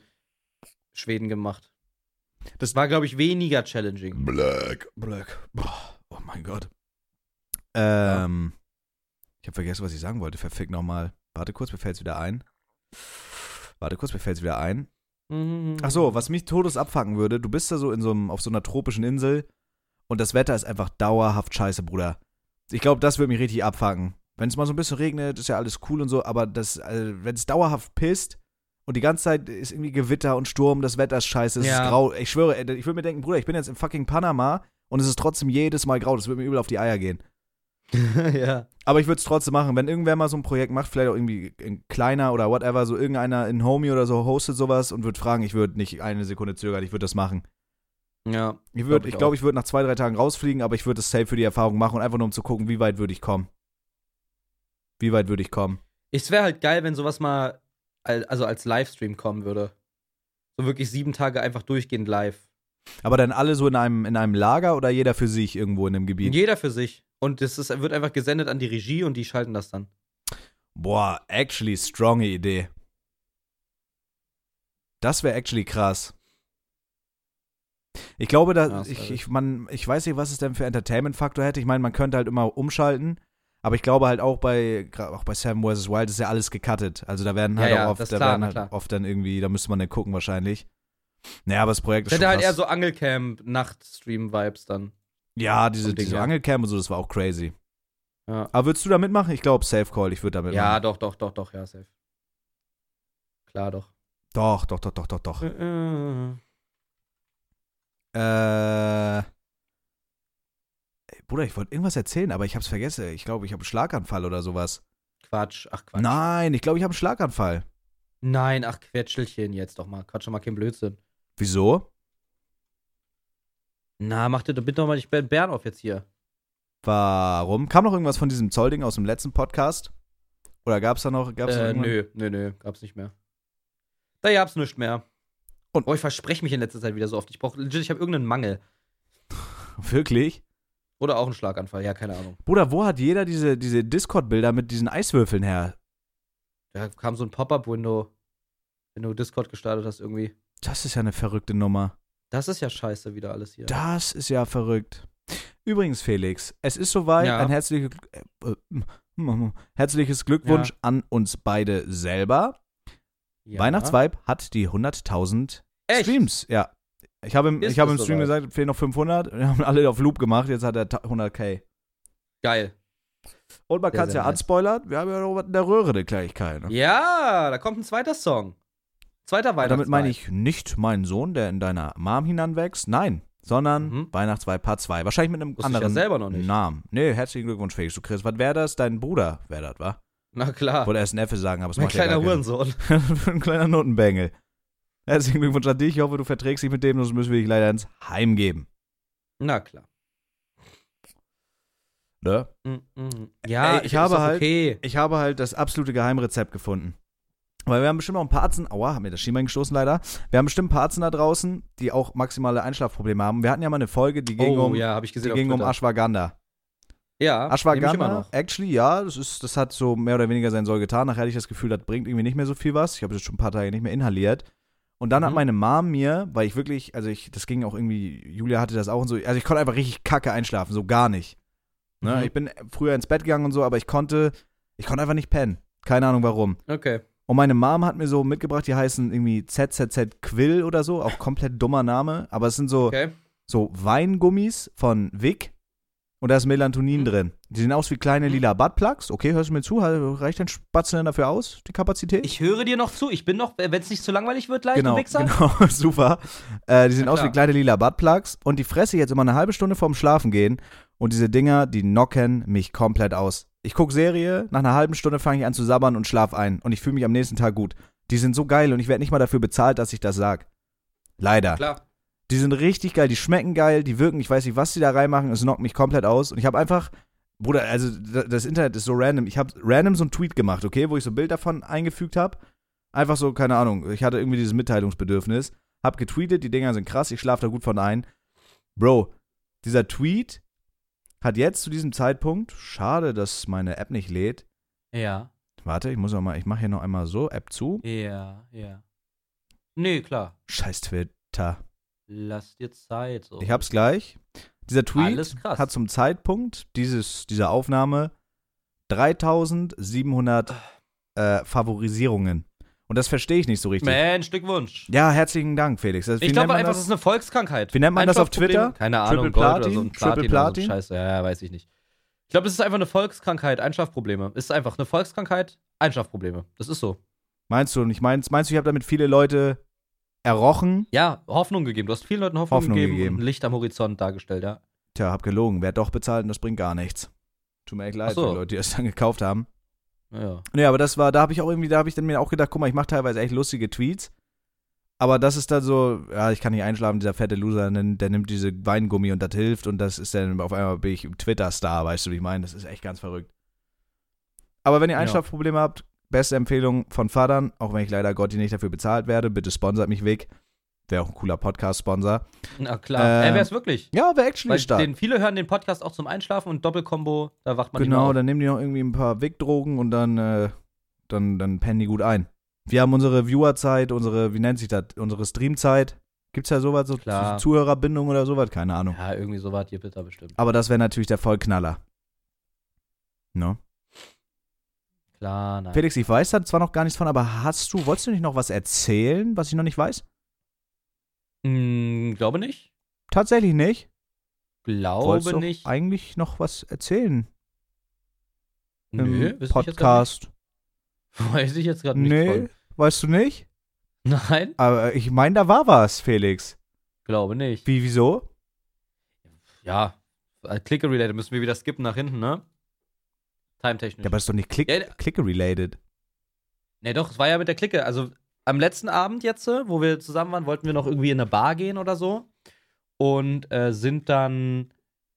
Schweden gemacht.
Das-
Das war, glaube ich, weniger challenging.
Black. Black. Boah, oh mein Gott. Ähm. Ich habe vergessen, was ich sagen wollte. Verfick nochmal. Warte kurz, mir fällt's wieder ein. Warte kurz, mir fällt's wieder ein. Mhm. Ach so, was mich todes abfacken würde, du bist da so in so einem, auf so einer tropischen Insel und das Wetter ist einfach dauerhaft scheiße, Bruder. Ich glaube, das würde mich richtig abfacken. Wenn es mal so ein bisschen regnet, ist ja alles cool und so, aber das, äh, wenn es dauerhaft pisst und die ganze Zeit ist irgendwie Gewitter und Sturm, das Wetter ist scheiße, es ist
Ja.
grau. Ich schwöre, ey, ich würde mir denken, Bruder, ich bin jetzt in fucking Panama und es ist trotzdem jedes Mal grau. Das würde mir übel auf die Eier gehen.
ja.
Aber ich würde es trotzdem machen. Wenn irgendwer mal so ein Projekt macht, vielleicht auch irgendwie ein kleiner oder whatever, so irgendeiner in Homie oder so hostet sowas und würde fragen, ich würde nicht eine Sekunde zögern, ich würde das machen.
Ja.
Ich glaube,
ich
ich,
auch.
glaub, ich würde nach zwei, drei Tagen rausfliegen, aber ich würde es safe für die Erfahrung machen und einfach nur um zu gucken, wie weit würde ich kommen. Wie weit würde ich kommen?
Es wäre halt geil, wenn sowas mal al- also als Livestream kommen würde. So wirklich sieben Tage einfach durchgehend live.
Aber dann alle so in einem, in einem Lager oder jeder für sich irgendwo in einem Gebiet?
Jeder für sich. Und es ist, wird einfach gesendet an die Regie und die schalten das dann.
Boah, actually stronge Idee. Das wäre actually krass. Ich glaube, da,
Ja, das
ich,
wär-
ich, man, ich weiß nicht, was es denn für Entertainment-Faktor hätte. Ich meine, man könnte halt immer umschalten, aber ich glaube halt auch bei, gra- auch bei Seven vs. Wild ist ja alles gecuttet. Also da werden
Ja,
halt
ja,
auch oft,
das
da
ist klar,
werden
na
halt
klar.
oft dann irgendwie, da müsste man dann gucken wahrscheinlich. Naja, aber das Projekt ist
Das hätte
schon
halt
krass.
eher so Angelcamp-Nachtstream-Vibes dann.
ja, diese,
vom Ding
diese
her.
Angelcam und so, das war auch crazy.
Ja.
Aber würdest du da mitmachen? Ich glaube, Safe Call, ich würde da mitmachen.
Ja, doch, doch, doch, doch, ja, safe. Klar, doch.
Doch, doch, doch, doch, doch, doch.
Ja,
Äh. Bruder, ich wollte irgendwas erzählen, aber ich hab's vergessen. Ich glaube, ich habe einen Schlaganfall oder sowas.
Quatsch, ach Quatsch.
Nein, ich glaube, ich habe einen Schlaganfall.
Nein, ach Quetschelchen jetzt doch mal. Quatsch doch mal kein Blödsinn.
Wieso?
Na, mach dir doch bitte doch mal nicht Bären auf jetzt hier.
Warum? Kam noch irgendwas von diesem Zollding aus dem letzten Podcast? Oder gab's da noch? Gab's da
Äh,
irgendwann-
nö, nö, nö, gab's nicht mehr. Da gab's nichts mehr.
Und-
oh, ich verspreche mich in letzter Zeit wieder so oft. Ich brauche legit, ich habe irgendeinen Mangel.
Wirklich?
Oder auch einen Schlaganfall, ja, keine Ahnung.
Bruder, wo hat jeder diese, diese Discord-Bilder mit diesen Eiswürfeln her?
Da kam so ein Pop-Up-Window, wenn du Discord gestartet hast irgendwie.
Das ist ja eine verrückte Nummer.
Das ist ja scheiße wieder alles hier.
Das ist ja verrückt. Übrigens, Felix, es ist soweit.
Ja.
Ein herzliche, äh, äh, herzliches Glückwunsch an uns beide selber.
ja.
Weihnachtsvibe hat die 100.000
Echt?
Streams. Ja. Ich habe im,
Ist
ich habe
es
im Stream
soweit?
gesagt, fehlen noch 500. Wir haben alle auf Loop gemacht. Jetzt hat er ta- 100k.
Geil.
Und man
Sehr,
kann es
sehr
ja
nice.
anspoilern. Wir haben ja noch was in der Röhre, eine Kleinigkeit. Ne?
Ja, da kommt ein zweiter Song. Zweiter Weihnachtsvibe.
Damit meine ich nicht meinen Sohn, der in deiner Mom hinanwächst. Nein. Sondern
Mhm.
Weihnachtsvibe Part 2. Wahrscheinlich mit einem
Wusste ich ja
anderen
selber noch nicht.
Namen. Nee, herzlichen Glückwunsch, Felix. Du kriegst, was wäre das? Dein Bruder wäre das, wa?
Na klar.
Wollte erst ein Effe sagen, aber es
Ah. Mein
macht ja
kleiner
gar keinen-
Hurensohn.
ein kleiner Notenbengel. Herzlichen Glückwunsch an dich. Ich hoffe, du verträgst dich mit dem, sonst müssen wir dich leider ins Heim geben.
Na klar.
Ne?
Mm, mm. Ja,
Ey, ich
ist
habe
doch
halt-
Okay.
Ich habe halt das absolute Geheimrezept gefunden. Weil wir haben bestimmt auch ein paar Arzen, aua, haben mir das Schienbein gestoßen leider. Wir haben bestimmt ein paar Arzen da draußen, die auch maximale Einschlafprobleme haben. Wir hatten ja mal eine Folge, die ging
oh,
um,
ja, habe ich gesehen.
die
auf
ging um
Twitter.
Ashwagandha.
Ja, nehm ich immer
Ashwagandha,
noch.
actually, ja, das, ist, das hat so mehr oder weniger sein Soll getan. Nachher hatte ich das Gefühl, das bringt irgendwie nicht mehr so viel was. Ich habe das schon ein paar Tage nicht mehr inhaliert. Und dann hat
Mhm.
meine Mom mir, weil ich wirklich, also ich, das ging auch irgendwie, Julia hatte das auch und so, also ich konnte einfach richtig kacke einschlafen, so gar nicht. Ne?
Mhm.
Ich bin früher ins Bett gegangen und so, aber ich konnte, ich konnte einfach nicht pennen. Keine Ahnung warum.
Mhm. Okay.
Und meine Mom hat mir so mitgebracht, die heißen irgendwie ZZZ Quill oder so, auch komplett dummer Name, aber es sind so,
Okay.
so Weingummis von Vic und da ist Melatonin
Mhm.
drin. Die sehen aus wie kleine
Mhm.
lila Buttplugs. Okay, hörst du mir zu? Reicht dein Spatzen denn dafür aus, die Kapazität?
Ich höre dir noch zu. Ich bin noch, wenn es nicht zu langweilig wird, gleich,
genau,
du Wichser.
genau, super. Äh, die sehen
Na
aus wie
klar.
kleine lila Buttplugs und die fresse ich jetzt immer eine halbe Stunde vorm Schlafen gehen und diese Dinger, die knocken mich komplett aus. Ich gucke Serie, nach einer halben Stunde fange ich an zu sabbern und schlaf ein und ich fühle mich am nächsten Tag gut. Die sind so geil und ich werde nicht mal dafür bezahlt, dass ich das sag. Leider.
Klar.
Die sind richtig geil, die schmecken geil, die wirken, ich weiß nicht, was die da reinmachen, es knockt mich komplett aus. Und ich habe einfach, Bruder, also d- das Internet ist so random. Ich habe random so einen Tweet gemacht, okay, wo ich so ein Bild davon eingefügt habe. Einfach so, keine Ahnung, ich hatte irgendwie dieses Mitteilungsbedürfnis. Hab getweetet, die Dinger sind krass, ich schlafe da gut von ein. Bro, dieser Tweet hat jetzt zu diesem Zeitpunkt, schade, dass meine App nicht lädt.
Ja,
Warte, ich muss noch mal, ich mache hier noch einmal so, App zu.
ja, ja. Nee, klar.
Scheiß Twitter.
Lass dir Zeit. So.
Ich hab's gleich. Dieser Tweet
Alles krass.
hat zum Zeitpunkt dieses, dieser Aufnahme 3700 äh, Favorisierungen. Und das verstehe ich nicht so richtig.
Mensch, Glückwunsch.
Ja, herzlichen Dank, Felix. Das,
Ich
wie nennt
glaube
man
einfach, das
das?
ist eine Volkskrankheit.
Wie nennt man das auf
Einschlafproblem?
Twitter?
Keine Ahnung,
Triple
Gold oder
Platin?
so ein
Triple
Platin. Triple
Platin?
Platin? So ein Scheiße, ja, weiß ich nicht. Ich glaube, das ist einfach eine Volkskrankheit, Einschlafprobleme. Ist einfach eine Volkskrankheit, Einschlafprobleme. Das ist so.
Meinst du, nicht? meinst, meinst du, ich habe damit viele Leute errochen?
Ja, Hoffnung gegeben. Du hast vielen Leuten Hoffnung,
Hoffnung
gegeben,
gegeben.
und ein Licht am Horizont dargestellt, ja.
Tja, hab gelogen. Wer doch bezahlt und das bringt gar nichts. Tut mir echt leid
Ach so.
für die Leute, die das dann gekauft haben.
ja.
Nee, aber das war, da habe ich auch irgendwie, da habe ich dann mir auch gedacht, guck mal, ich mache teilweise echt lustige Tweets. Aber das ist dann so, ja, ich kann nicht einschlafen, dieser fette Loser, der, der nimmt diese Weingummi und das hilft und das ist dann, auf einmal bin ich ein Twitter-Star, weißt du, wie ich meine? Das ist echt ganz verrückt. Aber wenn ihr
Ja.
Einschlafprobleme habt, beste Empfehlung von Fadern, auch wenn ich leider Gotti nicht dafür bezahlt werde, bitte sponsert mich weg. Wäre auch ein cooler Podcast-Sponsor.
Na klar.
Ähm,
er wär's wirklich.
Ja, wäre actually
Weil
stark.
den, viele hören den Podcast auch zum Einschlafen und Doppelkombo, da wacht man
Genau,
nicht mehr
dann nehmen die noch irgendwie ein paar Wick-Drogen und dann, äh, dann, dann pennen die gut ein. Wir haben unsere Viewerzeit, unsere, wie nennt sich das, unsere Streamzeit. Gibt's ja sowas, so
Klar.
Zu- Zuhörerbindung oder sowas, keine Ahnung.
auf. Ja, irgendwie so war dir bitter bestimmt.
Aber das wäre natürlich der Vollknaller. No.
Klar, nein.
Felix, ich weiß da zwar noch gar nichts von, aber hast du, wolltest du nicht noch was erzählen, was ich noch nicht weiß?
Hm, glaube nicht.
Tatsächlich nicht. wolltest
Glaube
du
nicht.
eigentlich noch was erzählen
Nö,
im
wüsste ich jetzt grad
Podcast?
nicht. Weiß ich jetzt gerade nicht.
Nee,
von.
weißt du nicht?
Nein,
Aber ich meine, da war was, Felix.
glaube nicht.
Wie, wieso?
Ja, äh, Clicker-related müssen wir wieder skippen nach hinten, ne?
Ja,
Time-technisch.
aber das ist doch nicht Click,
Ja, ja.
Click-related.
ne, doch, es war ja mit der Clique. Also am letzten Abend jetzt, äh, wo wir zusammen waren, wollten wir noch irgendwie in eine Bar gehen oder so. Und äh, sind dann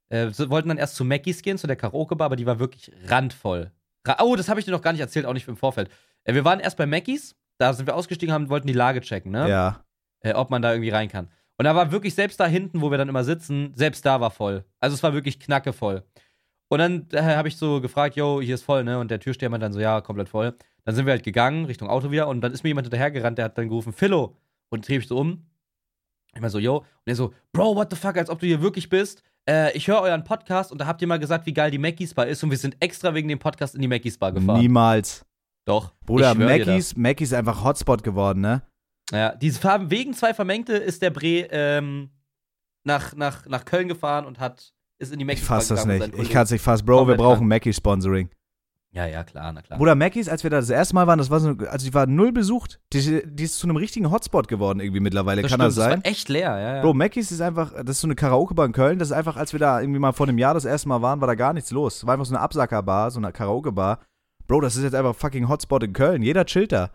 Äh, so- wollten dann erst zu Maggie's gehen, zu der Karaoke-Bar, aber die war wirklich randvoll. Ra oh, das habe ich dir noch gar nicht erzählt, auch nicht im Vorfeld. Äh, wir waren erst bei Maggie's, da sind wir ausgestiegen, haben, wollten die Lage checken, ne?
Ja.
äh, ob man da irgendwie rein kann. Und da war wirklich selbst da hinten, wo wir dann immer sitzen, selbst da war voll. Also es war wirklich knacke voll. Und dann äh, habe ich so gefragt, yo, hier ist voll, ne? Und der Türsteher meinte dann so, ja, komplett voll. Dann sind wir halt gegangen, Richtung Auto wieder. Und dann ist mir jemand hinterhergerannt, der hat dann gerufen, Philo. Und trieb ich so um. Ich meine so, yo. Und er so, Bro, what the fuck, als ob du hier wirklich bist. Äh, ich höre euren Podcast und da habt ihr mal gesagt, wie geil die Mackey's Bar ist. Und wir sind extra wegen dem Podcast in die Mackey's Bar gefahren.
Niemals.
Doch.
Bruder,
ich schwör dir das.
Mackie's, Mackie's ist einfach Hotspot geworden, ne?
Ja, diese Farben wegen zwei Vermengte ist der Bre ähm, nach, nach, nach Köln gefahren und hat ist in die
Ich
Mexiko
fass das nicht. Ich
kann
kann's nicht fassen. Bro, wir
Komplett
brauchen Mackie-Sponsoring.
ja, ja, klar, na klar.
Bruder, Mackies, als wir da das erste Mal waren, das war so, also die war null besucht. Die, die ist zu einem richtigen Hotspot geworden irgendwie mittlerweile. Kann das sein?
Das war echt leer, ja, ja.
Bro, Mackies ist einfach, das ist so eine Karaoke-Bar in Köln. Das ist einfach, als wir da irgendwie mal vor einem Jahr das erste Mal waren, war da gar nichts los. Es war einfach so eine Absacker-Bar, so eine Karaoke-Bar. Bro, das ist jetzt einfach fucking Hotspot in Köln. Jeder chillt da.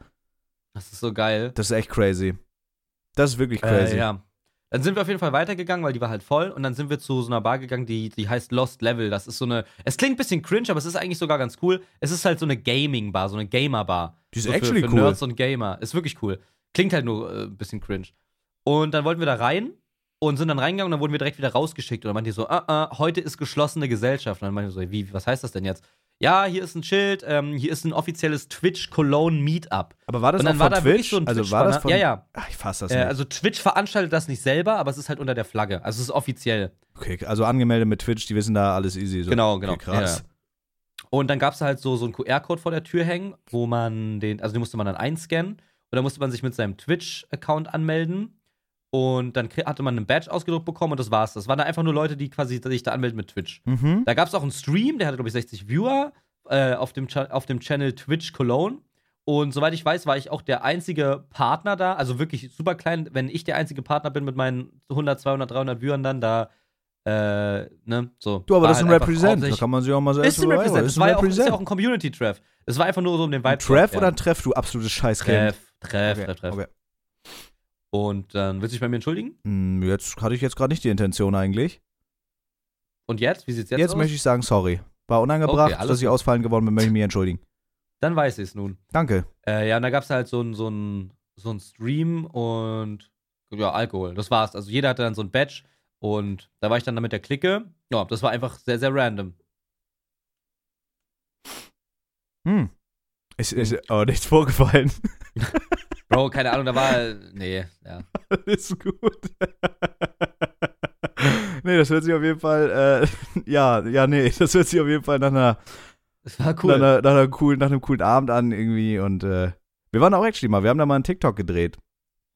Das ist so geil.
Das ist echt crazy. Das ist wirklich crazy.
Äh, ja. Dann sind wir auf jeden Fall weitergegangen, weil die war halt voll. Und dann sind wir zu so einer Bar gegangen, die, die heißt Lost Level. Das ist so eine. Es klingt ein bisschen cringe, aber es ist eigentlich sogar ganz cool. Es ist halt so eine Gaming-Bar, so eine Gamer-Bar.
Die ist
so
actually
für, für
cool.
Nerds und Gamer. Ist wirklich cool. Klingt halt nur äh, ein bisschen cringe. Und dann wollten wir da rein und sind dann reingegangen und dann wurden wir direkt wieder rausgeschickt. Und dann meinte die so, ah, ah, heute ist geschlossene Gesellschaft. Und dann meinte ich so, wie, was heißt das denn jetzt? Ja, hier ist ein Schild, ähm, hier ist ein offizielles Twitch Cologne Meetup.
Aber war das
und dann
auch
war
von
da
Twitch?
wirklich so ein
also war das
Twitch-Banner.
von.
Ja, ja.
Ach, ich fass das
Äh,
nicht.
also Twitch veranstaltet das nicht selber, aber es ist halt unter der Flagge. Also es ist offiziell.
okay, also angemeldet mit Twitch, die wissen da alles easy. So.
Genau, genau.
Okay, krass.
Ja, ja. Und dann gab es halt so, so einen QR-Code vor der Tür hängen, wo man den, also den musste man dann einscannen und dann musste man sich mit seinem Twitch-Account anmelden und dann krie- hatte man einen Badge ausgedruckt bekommen und das war's. Das waren da einfach nur Leute, die quasi sich da anmelden mit Twitch.
Mhm.
Da gab es auch einen Stream, der hatte, glaube ich, 60 Viewer äh, auf, dem Cha- auf dem Channel Twitch Cologne. Und soweit ich weiß, war ich auch der einzige Partner da. Also wirklich super klein. Wenn ich der einzige Partner bin mit meinen 100, 200, 300 Viewern dann, da, äh, ne, so.
Du, aber
War
das ist
halt
ein
einfach
Represent. Da
hauptsächlich-
kann man sich auch mal selbst
Ist ein
beweisen.
Represent.
Ist
Es
ein
war ja auch, ist
Represent.
ja auch ein Community-Treff. Es war einfach nur so um den Vibe.
Ein Treff
zu
oder ein
werden.
Treff, du absolutes Scheißkind?
Treff? Treff, Treff, Treff.
Okay.
Und dann willst du dich bei mir entschuldigen?
Hm, Jetzt hatte ich jetzt gerade nicht die Intention eigentlich.
Und jetzt? Wie sieht's jetzt,
Jetzt,
aus?
möchte ich sagen, sorry. War unangebracht,
Okay, alles
dass ich ausfallen geworden bin, möchte ich mich entschuldigen.
Dann weiß ich es nun.
Danke.
Äh, ja, und da gab es halt so einen so einen- so einen Stream und ja, Alkohol. Das war's. Also jeder hatte dann so ein Badge und da war ich dann da mit der Clique. Ja, das war einfach sehr, sehr random.
Hm. Ist, ist aber nichts vorgefallen.
Bro, keine Ahnung, da war. Nee, ja.
Alles gut. nee, das hört sich auf jeden Fall, äh, ja, ja, nee, das hört sich auf jeden Fall nach einer,
Es war
nach,
cool.
einer, nach, einer coolen, nach einem coolen Abend an irgendwie und, äh, wir waren auch actually mal, wir haben da mal einen TikTok gedreht.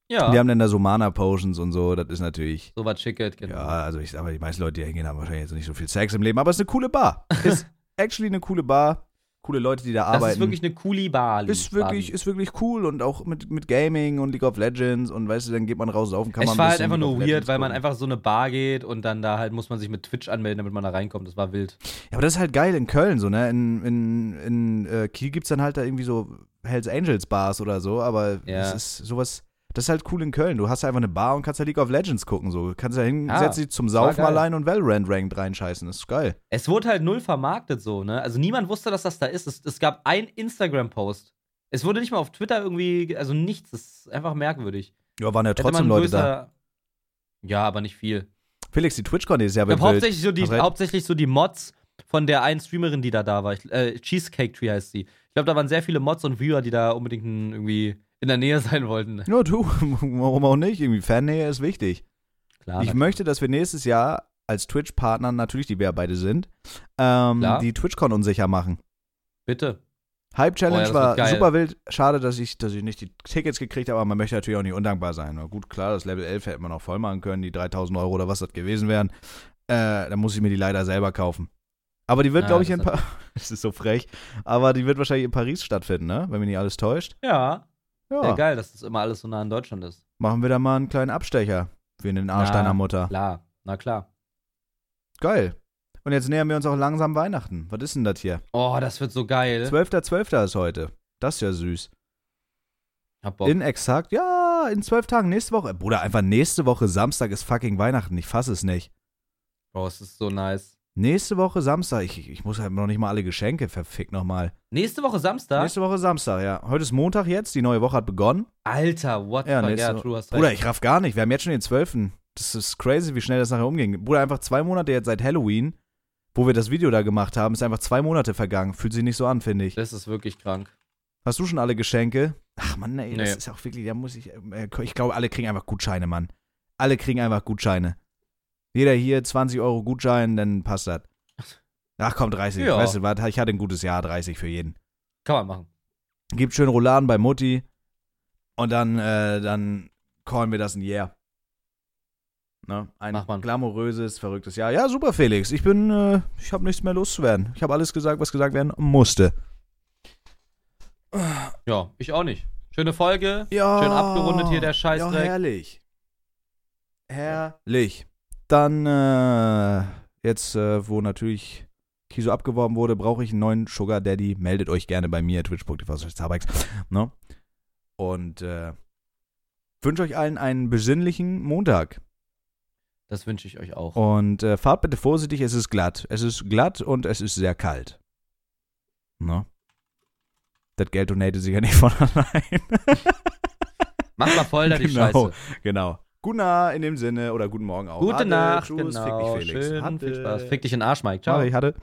Wir
Ja,
haben dann da so Mana-Potions und so, das ist natürlich,
so war Chicket, genau.
Ja, also ich sag mal, die meisten Leute, die da hingehen, haben wahrscheinlich jetzt nicht so viel Sex im Leben, aber es ist eine coole Bar. Ist actually eine coole Bar. Coole Leute, die da
das
arbeiten.
ist wirklich eine coole Bar.
ist
Liebhaben.
wirklich, ist wirklich cool und auch mit, mit Gaming und League of Legends und weißt du, dann geht man raus auf und kann
Es
man
war
ein
halt
bisschen
einfach
League
nur
of
weird,
Legends
weil man
gucken.
einfach so eine Bar geht und dann da halt muss man sich mit Twitch anmelden, damit man da reinkommt. Das war wild.
Ja, aber das ist halt geil in Köln so, ne? In, in, in äh, Kiel gibt's dann halt da irgendwie so Hells Angels Bars oder so, aber
Ja.
das ist sowas, das ist halt cool in Köln. Du hast einfach eine Bar und kannst da League of Legends gucken so. Kannst da hin,
Ja,
setzt dich zum
Ah, war
Saufen
geil.
allein und Valorant Ranked reinscheißen. Das ist geil.
Es wurde halt null vermarktet so, ne? Also niemand wusste, dass das da ist. Es, es gab ein Instagram-Post. Es wurde nicht mal auf Twitter irgendwie, also nichts. Das ist einfach merkwürdig.
Ja, waren ja
Hätte
trotzdem
man
Leute da.
größer- Ja, aber nicht viel.
Felix, die TwitchCon die ist ja
Ich
aber
hab hauptsächlich, so die,
Hast recht.
hauptsächlich so die Mods von der einen Streamerin, die da da war. Ich, äh, Cheesecake Tree heißt sie. Ich glaube, da waren sehr viele Mods und Viewer, die da unbedingt n- irgendwie in der Nähe sein wollten.
Ja, du, warum auch nicht? Irgendwie Fannähe ist wichtig.
Klar.
ich möchte, dass wir nächstes Jahr als Twitch-Partner, natürlich, die wir ja beide sind, ähm,
Klar.
die TwitchCon unsicher machen.
Bitte.
Hype
Oh ja,
Challenge
das wird
war
geil.
super wild. Schade, dass ich, dass ich nicht die Tickets gekriegt habe, aber man möchte natürlich auch nicht undankbar sein. Na Gut, klar, das Level 11 hätte man auch voll machen können, die 3000 Euro oder was das gewesen wären. Äh, dann muss ich mir die leider selber kaufen. Aber die wird,
Ja,
glaube ich,
das
in Paris. Das ist so frech. Aber die wird wahrscheinlich in Paris stattfinden, ne? Wenn mich nicht alles täuscht.
Ja.
Ja.
Sehr geil, dass das immer alles so nah in Deutschland ist.
Machen wir da mal einen kleinen Abstecher. Wie in den Arsch
Ja.
deiner Mutter.
Klar. Na klar.
Geil. Und jetzt nähern wir uns auch langsam Weihnachten. Was ist denn das hier?
Oh, das wird so geil.
12.12. ist heute. Das ist ja süß.
Hab Bock.
In exakt, ja, in zwölf Tagen, nächste Woche. Bruder, einfach nächste Woche Samstag ist fucking Weihnachten. Ich fass es nicht.
Bro, es ist so nice.
Nächste Woche Samstag. Ich, ich muss halt noch nicht mal alle Geschenke verfick nochmal.
Nächste Woche Samstag.
Nächste Woche Samstag, ja. Heute ist Montag jetzt. Die neue Woche hat begonnen.
Alter, what
Ja,
the fuck?
nächste
Ja,
Woche.
true, hast recht.
Bruder, ich raff gar nicht. Wir haben jetzt schon den 12. Das ist crazy, wie schnell das nachher umging. Bruder, einfach zwei Monate jetzt seit Halloween, wo wir das Video da gemacht haben, ist einfach zwei Monate vergangen. Fühlt sich nicht so an, finde ich.
das ist wirklich krank.
Hast du schon alle Geschenke? Ach Mann, ey, das
Nee.
ist auch wirklich, da muss ich, äh, ich glaube, alle kriegen einfach Gutscheine, Mann. Alle kriegen einfach Gutscheine. Jeder hier 20 Euro Gutschein, dann passt das. Ach komm, 30.
Ja.
Weißt du, warte, ich hatte ein gutes Jahr, 30 für jeden.
Kann man machen.
Gibt schön Rouladen bei Mutti und dann, äh, dann callen wir das ein Jahr. Ne? Ein
Mach man.
glamouröses, verrücktes Jahr. Ja, super, Felix. Ich bin, äh, ich habe nichts mehr loszuwerden. Ich habe alles gesagt, was gesagt werden musste.
Ja, ich auch nicht. Schöne Folge.
Ja.
Schön abgerundet hier, der Scheißdreck.
Ja, herrlich. Herrlich. Dann, äh, jetzt, äh, wo natürlich Kiso abgeworben wurde, brauche ich einen neuen Sugar Daddy. Meldet euch gerne bei mir, twitch.tv Starbucks. Ne? Und, äh, wünsche euch allen einen besinnlichen Montag.
Das wünsche ich euch auch.
Und äh, fahrt bitte vorsichtig, es ist glatt. Es ist glatt und es ist sehr kalt. Ne? Das Geld donate sich ja nicht von allein.
Mach mal voll da die
Genau.
Scheiße.
Genau. Guten Nacht in dem Sinne oder guten Morgen auch.
Gute
Hatte,
Nacht.
Tschüss,
genau.
fick dich, Felix.
Schön,
Hatte.
viel Spaß. Fick dich in den Arsch, Mike. Ciao.
Mach Ich hatte.